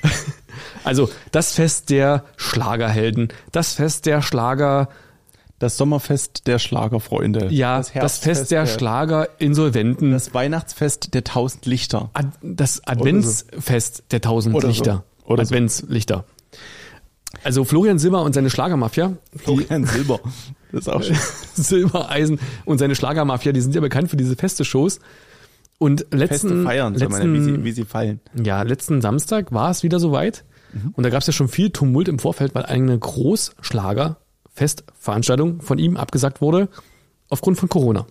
C: also das Fest der Schlagerhelden, das Fest der Schlager,
A: Das Sommerfest der Schlagerfreunde.
C: ja, das, Fest der, Schlagerinsolventen, das,
A: Das Weihnachtsfest der Tausend Lichter.
C: Ad, das Adventsfest der tausend
A: Oder so.
C: Lichter.
A: Oder so.
C: Adventslichter. Also Florian Silber und seine Schlagermafia, die
A: Florian Silber. Das ist auch schön.
C: Silbereisen und seine Schlagermafia, die sind ja bekannt für diese feste Shows. Und
A: Feste
C: letzten,
A: feiern, so meine, wie, sie,
C: letzten,
A: wie sie fallen.
C: ja, letzten Samstag war es wieder soweit.
A: Mhm.
C: Und da gab es ja schon viel Tumult im Vorfeld, weil eine Großschlager-Festveranstaltung von ihm abgesagt wurde aufgrund von Corona.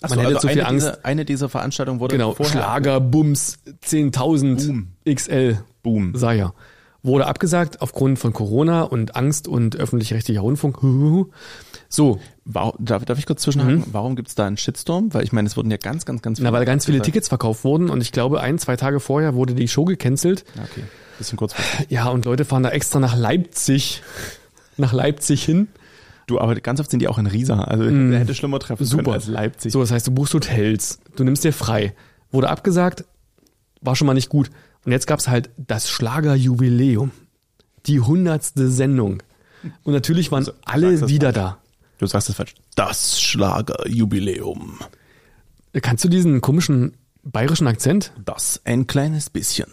A: Achso,
C: hätte zu
A: also eine
C: viel Angst.
A: Dieser, eine dieser Veranstaltungen wurde
C: Genau,
A: vorher
C: Schlager, Bums, 10.000
A: Boom.
C: XL.
A: Boom.
C: Sei ja. Wurde abgesagt aufgrund von Corona und Angst und öffentlich-rechtlicher Rundfunk. So,
A: Wow, darf, darf ich kurz zwischenhaken? Warum gibt's da einen Shitstorm? Weil ich meine, es wurden ja ganz, ganz, Mhm. ganz viele.
C: na, weil ganz viele
A: abgesagt.
C: Tickets verkauft wurden und ich glaube, ein, zwei Tage vorher wurde die Show gecancelt.
A: Ja, Okay, bisschen kurz.
C: Ja, und Leute fahren da extra nach Leipzig, nach Leipzig hin.
A: Du, aber ganz oft sind die auch in Riesa. Also der hätte schlimmer treffen können
C: Mhm. Super.
A: als Leipzig.
C: So, das heißt, du buchst Hotels, du nimmst dir frei. Wurde abgesagt, war schon mal nicht gut. Und jetzt gab's halt das Schlagerjubiläum. Die hundertste Sendung. Und natürlich waren
A: sagst
C: alle
A: Also, das
C: wieder da.
A: Du sagst es falsch. Das Schlagerjubiläum.
C: Kannst du diesen komischen bayerischen Akzent?
A: Das ein kleines bisschen.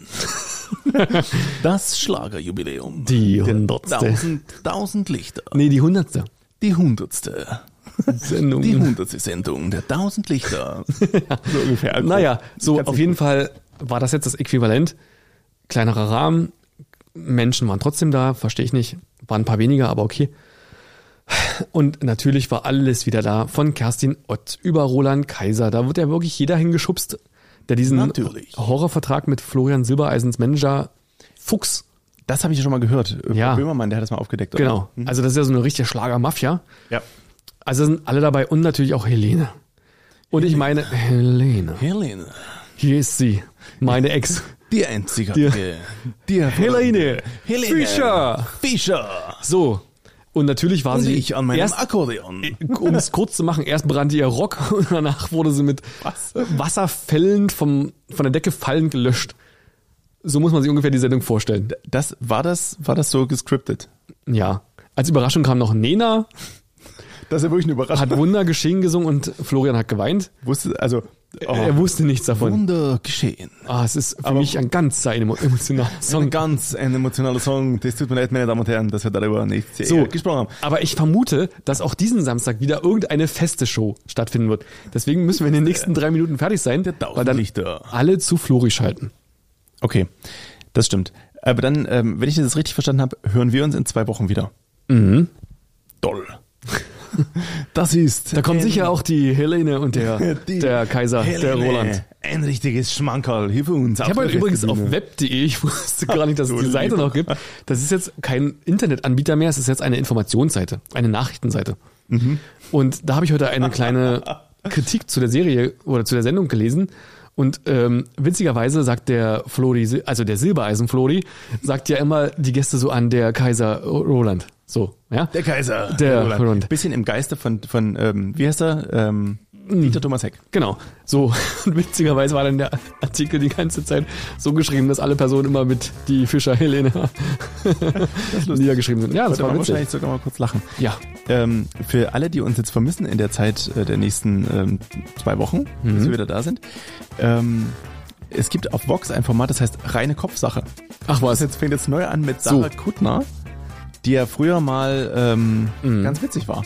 A: das Schlagerjubiläum.
C: Die
A: Der
C: hundertste.
A: Tausend, tausend Lichter.
C: Nee, die hundertste
A: Die hundertste.
C: Sendung.
A: Die hundertste Sendung der tausend Lichter. so ungefähr. Also,
C: Naja,
A: ich
C: so
A: kann's
C: auf
A: nicht
C: jeden Fall war das jetzt das Äquivalent. Kleinerer Rahmen, Menschen waren trotzdem da, verstehe ich nicht. Waren ein paar weniger, aber okay. Und natürlich war alles wieder da, von Kerstin Ott über Roland Kaiser. Da wird ja wirklich jeder hingeschubst, der diesen
A: Natürlich.
C: Horrorvertrag mit Florian Silbereisens Manager Fuchs
A: Das habe ich ja schon mal gehört.
C: Ja.
A: Böhmermann, der hat das mal aufgedeckt. oder?
C: Genau. Also das ist ja so eine richtige Schlagermafia.
A: Ja.
C: Also sind alle dabei und natürlich auch Helene. Und ich meine, Helene,
A: Helene,
C: hier ist sie, meine Ex.
A: die einzigartige. Die,
C: Helene,
A: Helene
C: Fischer.
A: Fischer.
C: So. Und natürlich war
A: Und Äh,
C: sie
A: ich an meinem
C: erst,
A: Akkordeon.
C: um es kurz zu machen, erst brannte ihr Rock und danach wurde sie mit
A: Was?
C: Wasserfällen vom, von der Decke fallend gelöscht. So muss man sich ungefähr die Sendung vorstellen.
A: Das war das, war das so gescriptet?
C: Ja. Als Überraschung kam noch Nena,
A: Das ist ja wirklich eine
C: hat
A: Überraschung.
C: Wunder geschehen gesungen und Florian hat geweint.
A: Wusste, also,
C: Er wusste nichts davon.
A: Wunder geschehen.
C: Ah, es ist für mich ein ganz sehr emo- emotionaler
A: So ein
C: Song.
A: ganz ein emotionaler Song. Das tut mir leid, meine Damen und Herren, dass wir darüber nicht sehr
C: So.
A: gesprochen haben.
C: Aber ich vermute, dass auch diesen Samstag wieder irgendeine feste Show stattfinden wird. Deswegen müssen wir in den nächsten drei Minuten fertig sein, weil dann
A: Tausendlichter.
C: alle zu Flori schalten.
A: Okay, das stimmt. Aber dann, ähm, wenn ich das richtig verstanden habe, hören wir uns in zwei Wochen wieder. Mhm. Toll. Das ist.
C: Da kommen
A: ein-
C: sicher auch die Helene und der,
A: Die
C: der Kaiser, der
A: Helene,
C: Roland.
A: Ein richtiges Schmankerl hier für uns.
C: Ich habe übrigens auf web.de, ich wusste gar nicht, dass es
A: Ach,
C: die
A: du
C: Seite
A: lieber
C: noch gibt. Das ist jetzt kein Internetanbieter mehr, es ist jetzt eine Informationsseite, eine Nachrichtenseite.
A: Mhm.
C: Und da habe ich heute eine kleine Kritik zu der Serie oder zu der Sendung gelesen. Und ähm, witzigerweise sagt der Flori, Sil- also der Silbereisen-Flori, sagt ja immer die Gäste so an der Kaiser Roland. So, ja?
A: Der Kaiser.
C: Der
A: Roland.
C: Roland.
A: Bisschen im Geiste von, von ähm, wie heißt er? Ähm, Dieter Thomas Heck.
C: Genau. So. Und witzigerweise war dann der Artikel die ganze Zeit so geschrieben, dass alle Personen immer mit die Fischer Helene niedergeschrieben sind. Ja, das
A: Sollte
C: war
A: man
C: witzig.
A: wahrscheinlich sogar mal kurz lachen.
C: Ja.
A: Ähm, für alle, die uns jetzt vermissen in der Zeit äh, der nächsten ähm, zwei Wochen,
C: Mhm.
A: bis wir wieder da sind, ähm, es gibt auf Vox ein Format, das heißt reine Kopfsache.
C: Ach
A: Das
C: was.
A: jetzt fängt jetzt neu an mit
C: So.
A: Sarah Kuttner, die ja früher mal ähm,
C: Mhm.
A: ganz witzig war.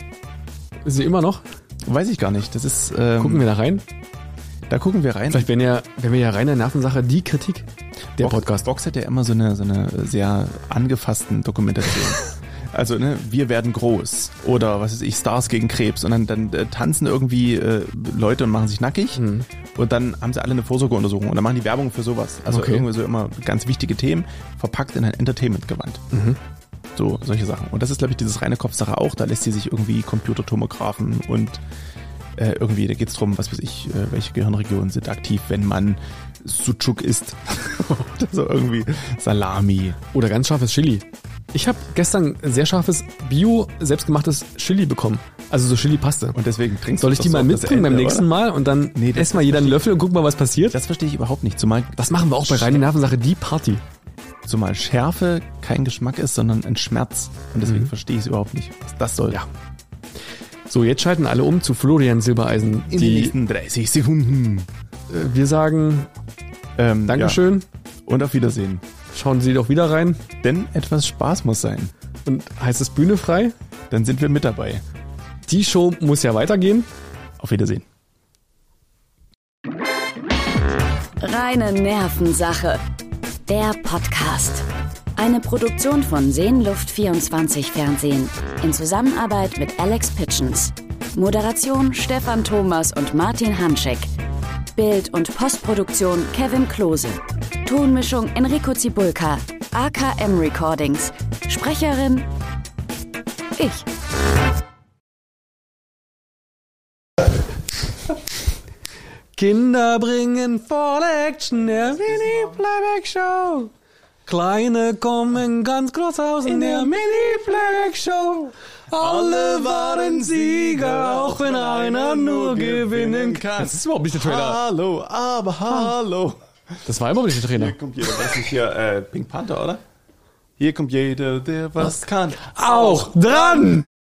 C: Ist sie immer noch?
A: Weiß ich gar nicht. Das ist. Ähm,
C: Gucken wir da rein.
A: Da gucken wir rein.
C: Vielleicht werden ja, wenn wir ja rein der Nervensache die Kritik der
A: Vox-
C: Podcast.
A: Vox hat ja immer so eine, so eine sehr angefassten Dokumentation. Also, ne, wir werden groß oder was weiß ich, Stars gegen Krebs und dann, dann äh, tanzen irgendwie äh, Leute und machen sich nackig
C: Mhm.
A: und dann haben sie alle eine Vorsorgeuntersuchung und dann machen die Werbung für sowas. Also
C: Okay.
A: irgendwie so immer ganz wichtige Themen, verpackt in ein Entertainment-Gewand.
C: Mhm.
A: So, solche Sachen. Und das ist, glaube ich, dieses reine Kopfsache auch. Da lässt sie sich irgendwie Computertomographen und äh, irgendwie, da geht's drum, was weiß ich, äh, welche Gehirnregionen sind aktiv, wenn man Sucuk isst. Oder so irgendwie Salami.
C: Oder ganz scharfes Chili. Ich habe gestern ein sehr scharfes Bio selbstgemachtes Chili bekommen. Also so Chili-Paste.
A: Und deswegen trinkst
C: Soll
A: du
C: ich
A: das
C: die mal
A: so auf das
C: mitbringen beim
A: Ende,
C: nächsten
A: oder?
C: Mal und dann
A: Nee, das
C: ess mal jeder einen Löffel und guck mal, was passiert? Das,
A: Das verstehe ich überhaupt nicht. Zumal,
C: machen wir auch bei Rein die Nervensache, die Party.
A: zumal Schärfe kein Geschmack ist, sondern ein Schmerz. Und deswegen verstehe ich es überhaupt nicht, was das soll.
C: Ja. So, jetzt schalten alle um zu Florian Silbereisen.
A: In den
C: die,
A: nächsten 30 Sekunden.
C: wir sagen
A: Ähm,
C: Dankeschön,
A: Ja. Und auf Wiedersehen.
C: schauen Sie doch wieder rein
A: Denn etwas Spaß muss sein.
C: und heißt es Bühne frei.
A: Dann sind wir mit dabei.
C: Die Show muss ja weitergehen.
A: Auf Wiedersehen.
B: Reine Nervensache. Der Podcast. Eine Produktion von Seenluft24 Fernsehen. In Zusammenarbeit mit Alex Pitchens. Moderation Stefan Thomas und Martin Hanschek. Bild- und Postproduktion Kevin Klose. Tonmischung Enrico Zibulka. AKM Recordings. Sprecherin ich.
C: Kinder bringen Fall Action der Mini Playback Show. Kleine kommen ganz groß aus in der Mini Playback Show. Alle waren Sieger, auch wenn einer nur gewinnen kann. Ah. Das ist überhaupt nicht der Trailer.
A: Hallo, aber hallo.
C: Das war überhaupt nicht der Trailer.
A: Hier kommt jeder, was ich hier, äh, Pink Panther, oder? Hier kommt jeder, der was kann.
C: Auch dran!